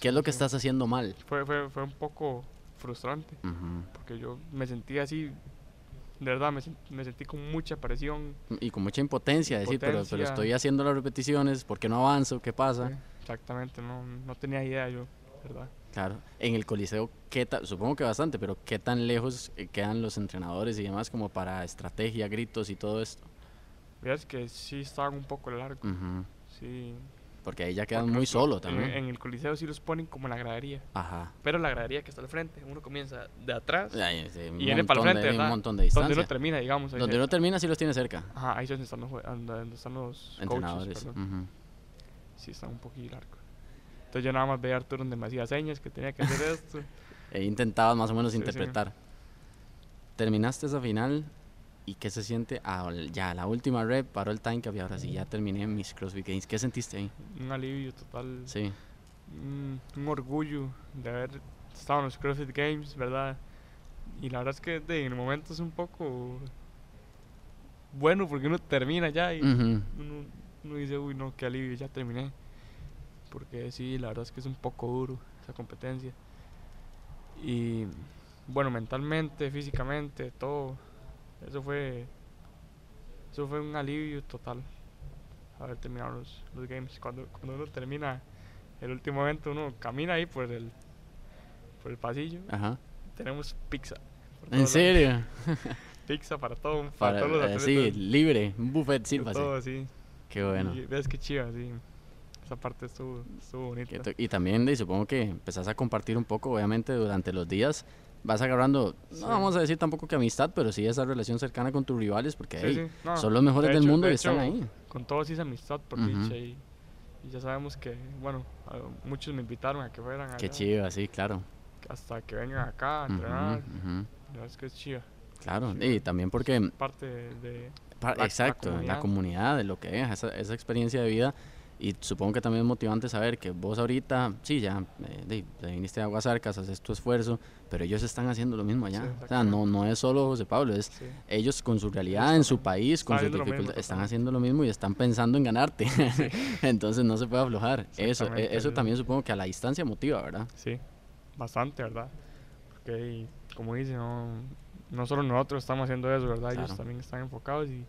Speaker 1: qué es lo que
Speaker 2: Sí, sí.
Speaker 1: estás haciendo mal.
Speaker 2: Fue, fue, fue un poco frustrante,
Speaker 1: Ujú.
Speaker 2: porque yo me sentí así, de verdad, me, sen- me sentí con mucha presión.
Speaker 1: Y con mucha impotencia, decir, pero, pero
Speaker 2: Impotencia.
Speaker 1: estoy haciendo las repeticiones, ¿por qué no avanzo? ¿Qué pasa?
Speaker 2: sí, Exactamente, no, no tenía idea yo, ¿verdad?
Speaker 1: Claro. En el Coliseo, ¿qué ta- supongo que bastante, pero ¿qué tan lejos eh, quedan los entrenadores y demás como para estrategia, gritos y todo esto?
Speaker 2: Veas que sí estaban un poco largos,
Speaker 1: Ujú.
Speaker 2: sí.
Speaker 1: Porque ahí ya quedan
Speaker 2: porque
Speaker 1: muy
Speaker 2: los-
Speaker 1: solo
Speaker 2: en-
Speaker 1: también.
Speaker 2: En, el coliseo sí los ponen como en la gradería,
Speaker 1: Ajá.
Speaker 2: pero la gradería que está al frente, uno comienza de atrás.
Speaker 1: Ahí, sí, un
Speaker 2: y viene para el
Speaker 1: montón de-
Speaker 2: frente, ¿verdad?
Speaker 1: un montón de
Speaker 2: Donde
Speaker 1: distancia.
Speaker 2: uno termina, digamos. ahí
Speaker 1: Donde
Speaker 2: se-
Speaker 1: uno termina, sí los tiene cerca.
Speaker 2: Ajá, ahí es donde están los, jue- donde- donde están los
Speaker 1: Entrenadores.
Speaker 2: coaches. perdón.
Speaker 1: ujú.
Speaker 2: Sí, están un poquillo largo. Entonces yo nada más veía a Arturo donde me hacía señas que tenía que hacer esto.
Speaker 1: E intentabas más o menos
Speaker 2: Sí, sí.
Speaker 1: interpretar. Terminaste esa final y ¿qué se siente? al- ya, la última rep, paró el time que había. Ahora sí, ya terminé mis CrossFit Games. ¿Qué sentiste ahí?
Speaker 2: Un alivio total.
Speaker 1: Sí.
Speaker 2: Un, mm, un orgullo de haber estado en los CrossFit Games, ¿verdad? Y la verdad es que de, en el momento es un poco bueno porque uno termina ya y
Speaker 1: Ujú.
Speaker 2: uno, uno dice, uy, no, qué alivio, ya terminé. Porque sí, la verdad es que es un poco duro esa competencia. Y bueno, mentalmente, físicamente, todo. Eso fue. Eso fue un alivio total. Haber terminado los, los games. Cuando, cuando uno termina el último evento, uno camina ahí por el, por el pasillo.
Speaker 1: Ajá.
Speaker 2: Tenemos pizza. por todos
Speaker 1: ¿En
Speaker 2: lados.
Speaker 1: serio?
Speaker 2: Pizza para todo. Para,
Speaker 1: Para,
Speaker 2: todos los
Speaker 1: eh,
Speaker 2: atletas.
Speaker 1: sí, libre. Un buffet,
Speaker 2: de
Speaker 1: sírvase.
Speaker 2: todo, sí.
Speaker 1: Qué bueno.
Speaker 2: Y ves que chiva, sí. Esa parte estuvo, estuvo bonita.
Speaker 1: Qué to- Y también de, supongo que empezás a compartir un poco, obviamente, durante los días. Vas agarrando,
Speaker 2: Sí.
Speaker 1: no vamos a decir tampoco que amistad, pero sí esa relación cercana con tus rivales, porque
Speaker 2: Sí,
Speaker 1: hey,
Speaker 2: sí, no,
Speaker 1: son los mejores
Speaker 2: de
Speaker 1: del
Speaker 2: hecho-
Speaker 1: mundo
Speaker 2: de
Speaker 1: y están
Speaker 2: hecho,
Speaker 1: ahí.
Speaker 2: Con todos hice amistad por
Speaker 1: Ujú.
Speaker 2: dicha y, y ya sabemos que, bueno, a- muchos me invitaron a que fueran
Speaker 1: Qué
Speaker 2: allá,
Speaker 1: chido, sí, claro.
Speaker 2: hasta que vengan acá a
Speaker 1: Ujú,
Speaker 2: entrenar.
Speaker 1: ujú.
Speaker 2: La verdad es que es chiva.
Speaker 1: Claro,
Speaker 2: Sí.
Speaker 1: y también porque,
Speaker 2: Parte de, de-
Speaker 1: pa-
Speaker 2: la
Speaker 1: exacto, la
Speaker 2: comunidad.
Speaker 1: comunidad, de lo que es, esa, esa experiencia de vida. Y supongo que también es motivante saber que vos ahorita, sí, ya eh, de- te viniste a Aguasarcas, haces tu esfuerzo, pero ellos están haciendo lo mismo allá.
Speaker 2: Sí,
Speaker 1: o sea, no, no es solo José Pablo, es
Speaker 2: sí,
Speaker 1: ellos con su realidad, en su país, con sus
Speaker 2: Están haciendo lo mismo,
Speaker 1: dificultades, están
Speaker 2: totalmente.
Speaker 1: haciendo lo mismo y están pensando en ganarte. Entonces no se puede aflojar. Eso, e-
Speaker 2: Exactamente,
Speaker 1: eso
Speaker 2: sí.
Speaker 1: también supongo que a la distancia motiva, ¿verdad?
Speaker 2: sí, bastante, ¿verdad? Porque, y como dice, no, no solo nosotros estamos haciendo eso, ¿verdad?
Speaker 1: Claro.
Speaker 2: Ellos también están enfocados y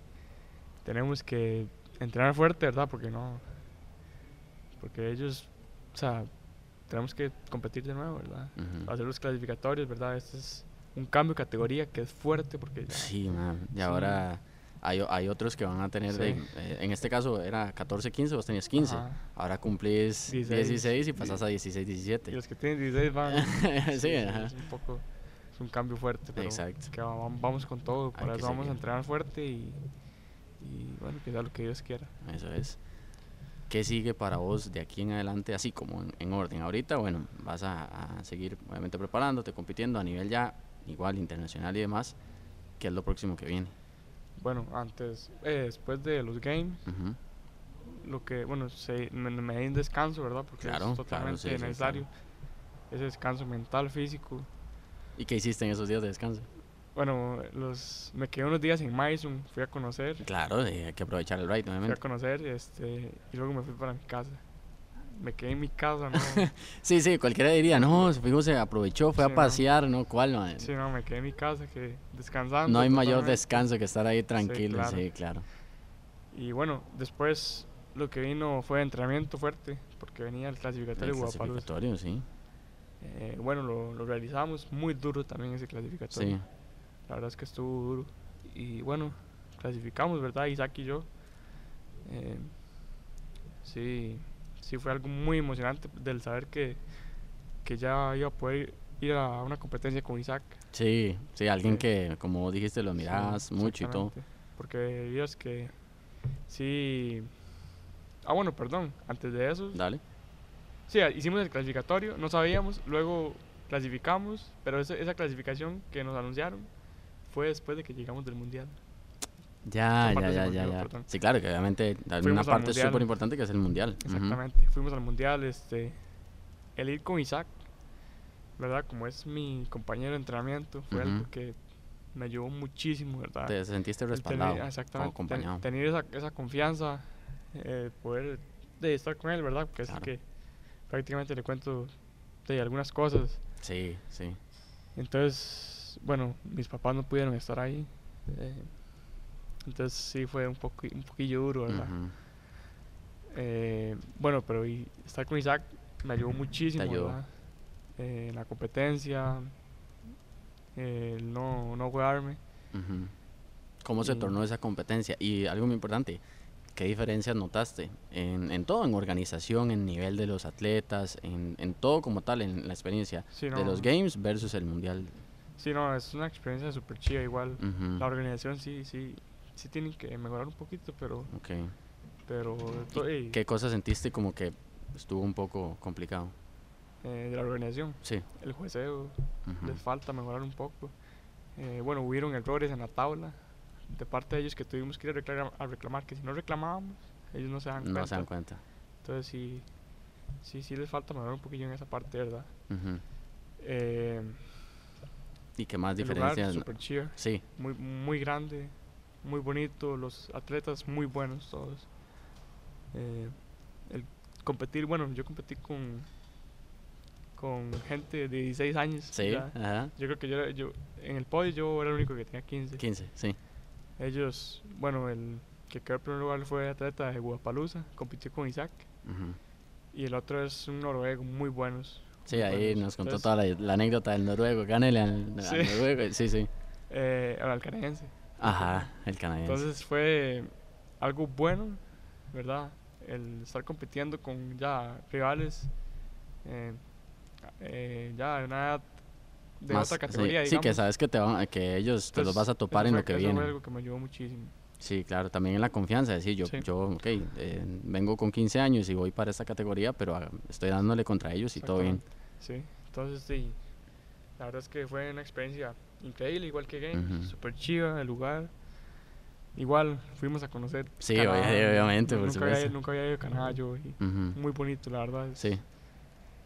Speaker 2: tenemos que entrenar fuerte, ¿verdad? Porque no. Porque ellos, o sea, tenemos que competir de nuevo, ¿verdad?
Speaker 1: Ujú.
Speaker 2: hacer los clasificatorios, ¿verdad? Este es un cambio de categoría que es fuerte porque ya-
Speaker 1: Sí, man. Y
Speaker 2: Sí.
Speaker 1: ahora hay, o- hay otros que van a tener, de-
Speaker 2: Sí.
Speaker 1: eh, en este caso era 14, 15, vos tenías 15.
Speaker 2: Ajá.
Speaker 1: Ahora cumplís 16,
Speaker 2: 16,
Speaker 1: y pasás a 16,
Speaker 2: y
Speaker 1: 17.
Speaker 2: los que tienen 16 van.
Speaker 1: Sí, ajá.
Speaker 2: Es un poco es un cambio fuerte, pero
Speaker 1: Exacto.
Speaker 2: que va- vam- vamos con todo,
Speaker 1: Hay
Speaker 2: para
Speaker 1: que
Speaker 2: eso vamos a
Speaker 1: seguir.
Speaker 2: entrenar fuerte y, y bueno, que sea lo que Dios quiera.
Speaker 1: Eso es. ¿Qué sigue para vos de aquí en adelante, así como en, en orden? Ahorita, bueno, vas a, a seguir obviamente preparándote, compitiendo a nivel ya igual internacional y demás. ¿Qué es lo próximo que viene?
Speaker 2: Bueno, antes eh, después de los games,
Speaker 1: Ujú,
Speaker 2: lo que bueno, se, me, me di un descanso, ¿verdad? Porque
Speaker 1: Claro,
Speaker 2: es
Speaker 1: claro,
Speaker 2: totalmente
Speaker 1: sí, sí, claro.
Speaker 2: necesario. Ese descanso mental, físico,
Speaker 1: ¿Y qué hiciste en esos días de descanso?
Speaker 2: Bueno, los, me quedé unos días en Mason, fui a conocer,
Speaker 1: Claro, sí, hay que aprovechar el ride,
Speaker 2: fui a
Speaker 1: obviamente.
Speaker 2: conocer este, y luego me fui para mi casa. Me quedé en mi casa, ¿no?
Speaker 1: Sí, sí, cualquiera diría, no, se fijo, se aprovechó, fue
Speaker 2: Sí,
Speaker 1: a
Speaker 2: no.
Speaker 1: pasear, ¿no? ¿Cuál? mae?
Speaker 2: sí, no, me quedé en mi casa, que descansando.
Speaker 1: no hay mayor
Speaker 2: totalmente.
Speaker 1: descanso que estar ahí tranquilo,
Speaker 2: claro.
Speaker 1: sí, claro.
Speaker 2: Y bueno, después lo que vino fue entrenamiento fuerte, porque venía el clasificatorio
Speaker 1: El
Speaker 2: de Guadalajara.
Speaker 1: clasificatorio, sí.
Speaker 2: bueno, lo, lo realizamos muy duro también ese clasificatorio.
Speaker 1: Sí,
Speaker 2: La verdad es que estuvo duro. Y bueno, clasificamos, ¿verdad? Isaac y yo. Eh, sí, sí fue algo muy emocionante del saber que, que ya iba a poder ir a una competencia con Isaac.
Speaker 1: sí, sí, alguien
Speaker 2: Sí.
Speaker 1: que, como vos dijiste, lo mirabas
Speaker 2: Sí,
Speaker 1: mucho y todo.
Speaker 2: exactamente. Porque Dios que sí... Ah, bueno, perdón. Antes de eso,
Speaker 1: Dale.
Speaker 2: sí, ah, hicimos el clasificatorio, no sabíamos, luego clasificamos, pero esa, esa clasificación que nos anunciaron fue después de que llegamos del Mundial.
Speaker 1: Ya, ya,
Speaker 2: Esa
Speaker 1: ya,
Speaker 2: parte sí
Speaker 1: ya,
Speaker 2: contigo,
Speaker 1: ya.
Speaker 2: perdón.
Speaker 1: Sí, claro, que obviamente hay una
Speaker 2: Fuimos al
Speaker 1: parte
Speaker 2: Mundial.
Speaker 1: súper importante que es el mundial. Ujú.
Speaker 2: Exactamente. Fuimos al mundial, este, el ir con Isaac, ¿verdad? Como es mi compañero de entrenamiento, fue algo
Speaker 1: Ujú.
Speaker 2: que me ayudó muchísimo, ¿verdad?
Speaker 1: Te sentiste
Speaker 2: El tener-
Speaker 1: respaldado,
Speaker 2: ah,
Speaker 1: o
Speaker 2: exactamente. ten-
Speaker 1: acompañado.
Speaker 2: tener esa, esa confianza, eh, poder de estar con él, ¿verdad? Porque
Speaker 1: Claro.
Speaker 2: es el que prácticamente le cuento de algunas cosas.
Speaker 1: Sí, sí.
Speaker 2: Entonces, bueno, mis papás no pudieron estar ahí. eh, entonces sí fue un, poco, un poquillo duro, ¿verdad?
Speaker 1: Ujú.
Speaker 2: Eh, bueno, pero y estar con Isaac me ayudó muchísimo
Speaker 1: ayudó.
Speaker 2: ¿verdad? Eh, en la competencia, el no, no jugarme.
Speaker 1: Ujú. ¿Cómo se
Speaker 2: Y-
Speaker 1: tornó esa competencia? Y algo muy importante, ¿qué diferencias notaste en, en todo, en organización, en nivel de los atletas, en, en todo como tal, en la experiencia
Speaker 2: Sí,
Speaker 1: de
Speaker 2: no,
Speaker 1: los games versus el mundial?
Speaker 2: Sí, no, es una experiencia súper chida igual.
Speaker 1: Ujú.
Speaker 2: La organización sí, sí, sí tienen que mejorar un poquito, pero,
Speaker 1: Ok.
Speaker 2: pero de to- ey,
Speaker 1: ¿Qué cosas sentiste como que estuvo un poco complicado?
Speaker 2: eh, de la organización,
Speaker 1: Sí.
Speaker 2: el jueceo,
Speaker 1: ujú.
Speaker 2: les falta mejorar un poco. Eh, bueno, hubieron errores en la tabla de parte de ellos que tuvimos que ir a reclamar, a reclamar que si no reclamábamos, ellos no se dan cuenta.
Speaker 1: No se dan cuenta.
Speaker 2: Entonces sí, sí, sí les falta mejorar un poquillo en esa parte, ¿verdad?
Speaker 1: Ujú.
Speaker 2: Eh,
Speaker 1: ¿Y qué más
Speaker 2: el lugar
Speaker 1: diferencias? no-
Speaker 2: super chido,
Speaker 1: Sí,
Speaker 2: muy, muy grande, muy bonito, los atletas muy buenos todos. Eh, el competir, bueno, yo competí con, con gente de 16 años.
Speaker 1: sí,
Speaker 2: ya.
Speaker 1: ajá.
Speaker 2: Yo creo que yo, era- yo en el podio yo era el único que tenía 15.
Speaker 1: 15, sí.
Speaker 2: Ellos, bueno, el que quedó en primer lugar fue atleta de Guapaluza, compitió con Isaac.
Speaker 1: ujú.
Speaker 2: Y el otro es un noruego, muy buenos.
Speaker 1: Sí,
Speaker 2: muy
Speaker 1: ahí
Speaker 2: buenos.
Speaker 1: nos contó
Speaker 2: Entonces,
Speaker 1: toda la, la anécdota del noruego. Gánele al, al
Speaker 2: pues. Sí.
Speaker 1: noruego. Sí, sí.
Speaker 2: eh, al canadiense.
Speaker 1: Ajá, el canadiense.
Speaker 2: Entonces fue algo bueno, ¿verdad? El estar compitiendo con ya rivales, eh, eh, ya de una edad de
Speaker 1: Más-
Speaker 2: otra categoría,
Speaker 1: sí, sí, que
Speaker 2: digamos.
Speaker 1: sabes que, te van- que ellos te los
Speaker 2: Entonces,
Speaker 1: vas a topar
Speaker 2: eso
Speaker 1: en
Speaker 2: fue-
Speaker 1: lo que
Speaker 2: eso
Speaker 1: viene.
Speaker 2: fue algo que me ayudó muchísimo.
Speaker 1: Sí, claro, también en la confianza. Decir, yo,
Speaker 2: Sí.
Speaker 1: yo ok, eh, vengo con 15 años y voy para esta categoría, pero ah, estoy dándole contra ellos y todo bien.
Speaker 2: Sí, entonces sí, la verdad es que fue una experiencia increíble, igual que Games,
Speaker 1: Ujú.
Speaker 2: super chiva el lugar. Igual fuimos a conocer.
Speaker 1: Sí, obvia- obviamente,
Speaker 2: yo
Speaker 1: por
Speaker 2: nunca había,
Speaker 1: supuesto.
Speaker 2: nunca había ido a Canadá yo, y
Speaker 1: Ujú,
Speaker 2: muy bonito, la verdad, es
Speaker 1: Sí,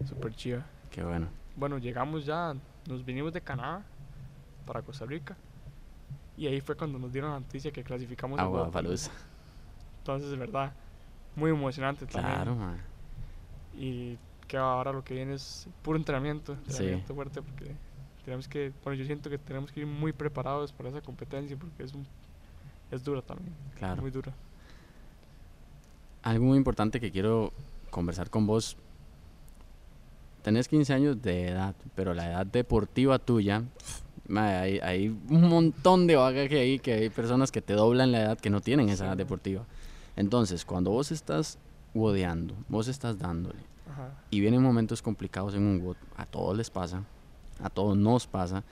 Speaker 2: super chiva.
Speaker 1: qué bueno.
Speaker 2: Bueno, llegamos ya, nos vinimos de Canadá para Costa Rica. Y ahí fue cuando nos dieron la noticia que clasificamos a
Speaker 1: Agua,
Speaker 2: Guadalupe. Entonces, de verdad, muy emocionante también.
Speaker 1: Claro, man.
Speaker 2: Y que ahora lo que viene es puro entrenamiento,
Speaker 1: Sí.
Speaker 2: entrenamiento fuerte, porque tenemos que, bueno, yo siento que tenemos que ir muy preparados para esa competencia, porque es, un- es dura también,
Speaker 1: Claro.
Speaker 2: muy dura.
Speaker 1: Algo muy importante que quiero conversar con vos. Tenés 15 años de edad, pero la edad deportiva tuya, mae, hay, hay un montón de bagaje ahí que hay personas que te doblan la edad que no tienen esa
Speaker 2: Sí,
Speaker 1: edad
Speaker 2: mae.
Speaker 1: deportiva. Entonces, cuando vos estás wodeando, vos estás dándole,
Speaker 2: Ajá.
Speaker 1: y vienen momentos complicados en un WOD, a todos les pasa, a todos nos pasa,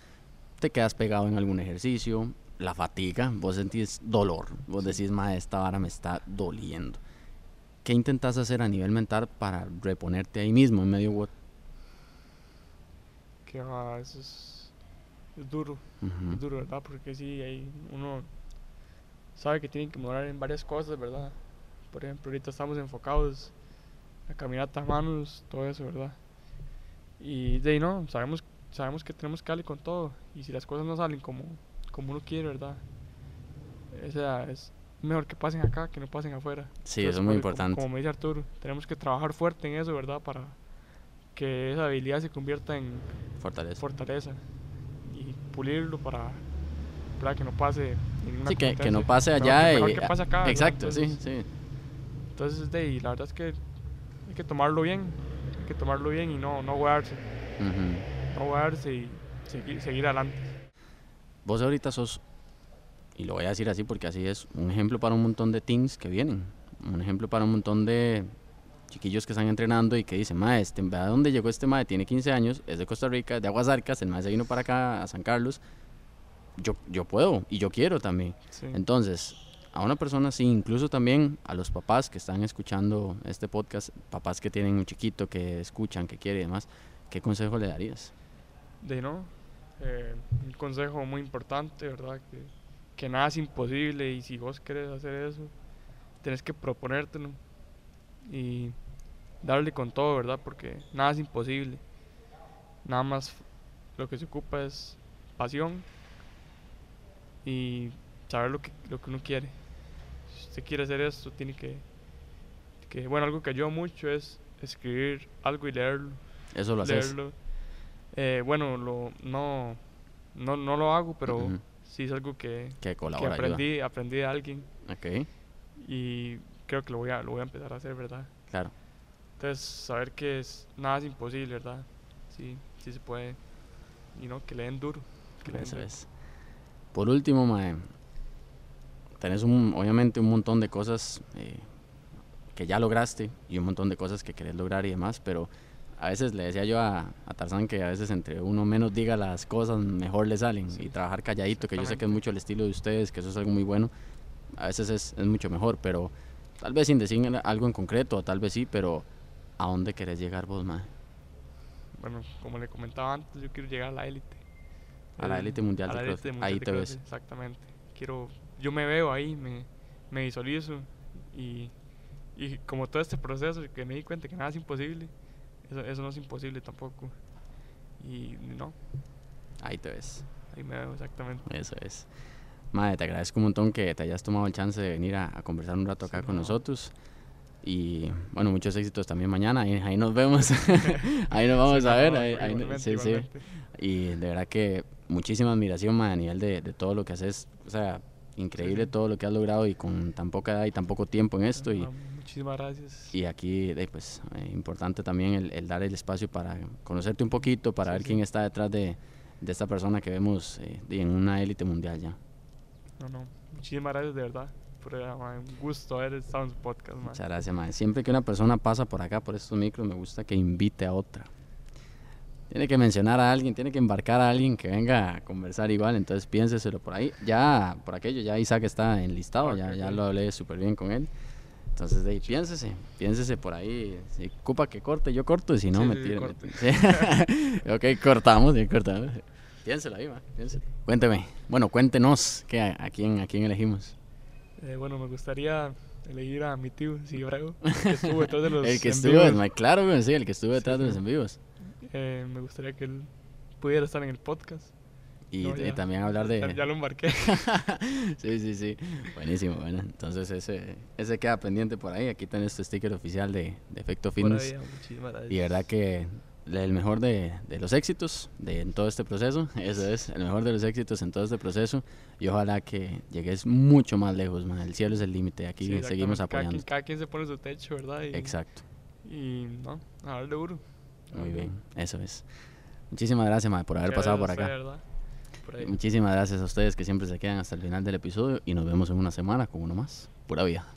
Speaker 1: te quedas pegado en algún ejercicio, la fatiga, vos sentís dolor, vos decís, ma, esta vara me está doliendo. ¿Qué intentas hacer a nivel mental para reponerte ahí mismo en medio WOD?
Speaker 2: Que ah, eso es, es duro, es duro, ¿verdad? Porque sí, ahí uno sabe que tiene que mejorar en varias cosas, ¿verdad? Por ejemplo, ahorita estamos enfocados a caminata a manos, todo eso, ¿verdad? Y de ahí no, sabemos, sabemos que tenemos que darle con todo. Y si las cosas no salen como, como uno quiere, ¿verdad? O sea, es mejor que pasen acá que no pasen afuera.
Speaker 1: Sí, eso es muy
Speaker 2: como-
Speaker 1: importante.
Speaker 2: Como, me dice Arturo, tenemos que trabajar fuerte en eso, ¿verdad? Para que esa habilidad se convierta en
Speaker 1: Fortaleza.
Speaker 2: fortaleza y pulirlo para, para que no pase ninguna
Speaker 1: Sí, que, que no
Speaker 2: competencia.
Speaker 1: pase
Speaker 2: Mejor
Speaker 1: allá.
Speaker 2: que-
Speaker 1: y-
Speaker 2: mejor que pase acá, ¿verdad?
Speaker 1: Exacto, sí,
Speaker 2: Entonces-
Speaker 1: sí.
Speaker 2: Entonces, de, ahí, la verdad es que hay que tomarlo bien, hay que tomarlo bien y no, no guardarse,
Speaker 1: Ujú.
Speaker 2: no guardarse y seguir, seguir adelante.
Speaker 1: Vos ahorita sos, y lo voy a decir así porque así es, un ejemplo para un montón de teams que vienen. Un ejemplo para un montón de chiquillos que están entrenando y que dicen, ma, este, vea dónde llegó este mae? Tiene 15 años, es de Costa Rica, es de Aguasarcas, el mae se vino para acá, a San Carlos. Yo, yo puedo y yo quiero también.
Speaker 2: Sí.
Speaker 1: Entonces, a una persona sí, incluso también a los papás que están escuchando este podcast, papás que tienen un chiquito, que escuchan, que quiere y demás, ¿qué consejo le darías?
Speaker 2: De no, eh, un consejo muy importante, ¿verdad? Que, que nada es imposible y si vos querés hacer eso, tenés que proponértelo y darle con todo, ¿verdad? Porque nada es imposible. Nada más f- lo que se ocupa es pasión y saber lo que, lo que uno quiere. Si usted quiere hacer esto, tiene que, que... Bueno, algo que ayuda mucho es escribir algo y leerlo
Speaker 1: Eso lo haces.
Speaker 2: leerlo. Eh, bueno, lo, no, no, no lo hago, pero
Speaker 1: Ujú.
Speaker 2: sí es algo que,
Speaker 1: Que
Speaker 2: que
Speaker 1: colabora, ayuda.
Speaker 2: aprendí, aprendí de alguien
Speaker 1: Ok,
Speaker 2: y creo que lo voy a, lo voy a empezar a hacer, ¿verdad?
Speaker 1: claro.
Speaker 2: Entonces, saber que es, nada es imposible, ¿verdad? Sí, sí se puede. Y no, que le den duro. Que le den
Speaker 1: Eso
Speaker 2: duro.
Speaker 1: es. Por último, mae, tenés un- obviamente un montón de cosas eh, que ya lograste y un montón de cosas que querés lograr y demás, pero a veces le decía yo a, a Tarzán que a veces entre uno menos diga las cosas, mejor le salen.
Speaker 2: Sí,
Speaker 1: y trabajar calladito, que yo sé que es
Speaker 2: exactamente.
Speaker 1: mucho el estilo de ustedes, que eso es algo muy bueno, a veces es, es mucho mejor, pero tal vez sin decir algo en concreto, tal vez sí, pero ¿a dónde querés llegar vos, mae?
Speaker 2: Bueno, como le comentaba antes, yo quiero llegar a la élite.
Speaker 1: A la
Speaker 2: Eh,
Speaker 1: élite mundial
Speaker 2: a
Speaker 1: de
Speaker 2: la élite
Speaker 1: CrossFit.
Speaker 2: mundial
Speaker 1: Ahí
Speaker 2: de
Speaker 1: te ves.
Speaker 2: CrossFit, Exactamente. Quiero, yo me veo ahí, me, me visualizo y, y como todo este proceso que me di cuenta que nada es imposible, eso, eso no es imposible tampoco. Y no,
Speaker 1: Ahí te ves.
Speaker 2: ahí me veo exactamente.
Speaker 1: Eso es. Madre, te agradezco un montón que te hayas tomado el chance de venir a, a conversar un rato acá
Speaker 2: Sí,
Speaker 1: con
Speaker 2: no.
Speaker 1: nosotros. Y bueno, muchos éxitos también mañana. Ahí, ahí nos vemos. ahí nos vamos
Speaker 2: Sí,
Speaker 1: a
Speaker 2: no,
Speaker 1: ver.
Speaker 2: no,
Speaker 1: ahí- ahí no-
Speaker 2: igualmente,
Speaker 1: sí, sí.
Speaker 2: igualmente.
Speaker 1: Y de verdad que muchísima admiración madre, a nivel de, de todo lo que haces. O sea, increíble
Speaker 2: sí.
Speaker 1: todo lo que has logrado y con tan poca edad y tan poco tiempo en esto. Y,
Speaker 2: Ah, Muchísimas gracias.
Speaker 1: y aquí, de, pues, eh, importante también el, el dar el espacio para conocerte un poquito, para
Speaker 2: Sí,
Speaker 1: ver
Speaker 2: sí.
Speaker 1: quién está detrás de, de esta persona que vemos eh, en una élite mundial ya.
Speaker 2: No, no, muchísimas gracias de verdad. Por, ah, ma, un gusto haber estado en su podcast. ma.
Speaker 1: Muchas gracias, mae. Siempre que una persona pasa por acá, por estos micros, me gusta que invite a otra. Tiene que mencionar a alguien, tiene que embarcar a alguien que venga a conversar igual, entonces piénseselo por ahí. Ya, por aquello, ya Isaac está enlistado,
Speaker 2: Ok,
Speaker 1: ya, ya
Speaker 2: ok.
Speaker 1: lo hablé súper bien con él. Entonces, de ahí, piénsese, piénsese por ahí. Si ocupa que corte, yo corto, y si no,
Speaker 2: Sí,
Speaker 1: me
Speaker 2: sí,
Speaker 1: tira-
Speaker 2: corte.
Speaker 1: sí. ok, cortamos, sí, cortamos. Piénselo ahí, mae, piénselo. Cuénteme, bueno, cuéntenos que a, a quién, a quién elegimos.
Speaker 2: Eh, bueno, me gustaría elegir a mi tío, sí, Brago, que estuvo detrás de los
Speaker 1: el que
Speaker 2: en
Speaker 1: estuvo,
Speaker 2: vivos.
Speaker 1: mae, claro, güey, sí, el que estuvo
Speaker 2: Sí,
Speaker 1: detrás de
Speaker 2: sí.
Speaker 1: los en vivos.
Speaker 2: Eh, me gustaría que él pudiera estar en el podcast.
Speaker 1: Y,
Speaker 2: No,
Speaker 1: y
Speaker 2: ya.
Speaker 1: también hablar
Speaker 2: Ya, ya
Speaker 1: de...
Speaker 2: lo embarqué.
Speaker 1: sí, sí, sí. Buenísimo, bueno. Entonces ese, ese queda pendiente por ahí. Aquí tenés tu sticker oficial de, de Efecto
Speaker 2: Por
Speaker 1: Fitness.
Speaker 2: ahí, muchísimas gracias.
Speaker 1: Y verdad que le- el mejor de, de los éxitos de, en todo este proceso. Eso es, el mejor de los éxitos en todo este proceso. Y ojalá que llegues mucho más lejos, man. El cielo es el límite.
Speaker 2: Sí,
Speaker 1: Aquí seguimos
Speaker 2: exactamente, Cada
Speaker 1: apoyando.
Speaker 2: quien, cada quien se pone su techo, ¿verdad? Y,
Speaker 1: Exacto.
Speaker 2: Y no, a darle duro. a
Speaker 1: Muy
Speaker 2: darle
Speaker 1: bien.
Speaker 2: duro.
Speaker 1: Eso es. Muchísimas gracias, man, por haber
Speaker 2: Muchas
Speaker 1: pasado por
Speaker 2: gracias
Speaker 1: acá.
Speaker 2: a usted, ¿verdad? Por ahí.
Speaker 1: Muchísimas gracias a ustedes que siempre se quedan hasta el final del episodio y nos vemos en una semana con uno más. Pura vida.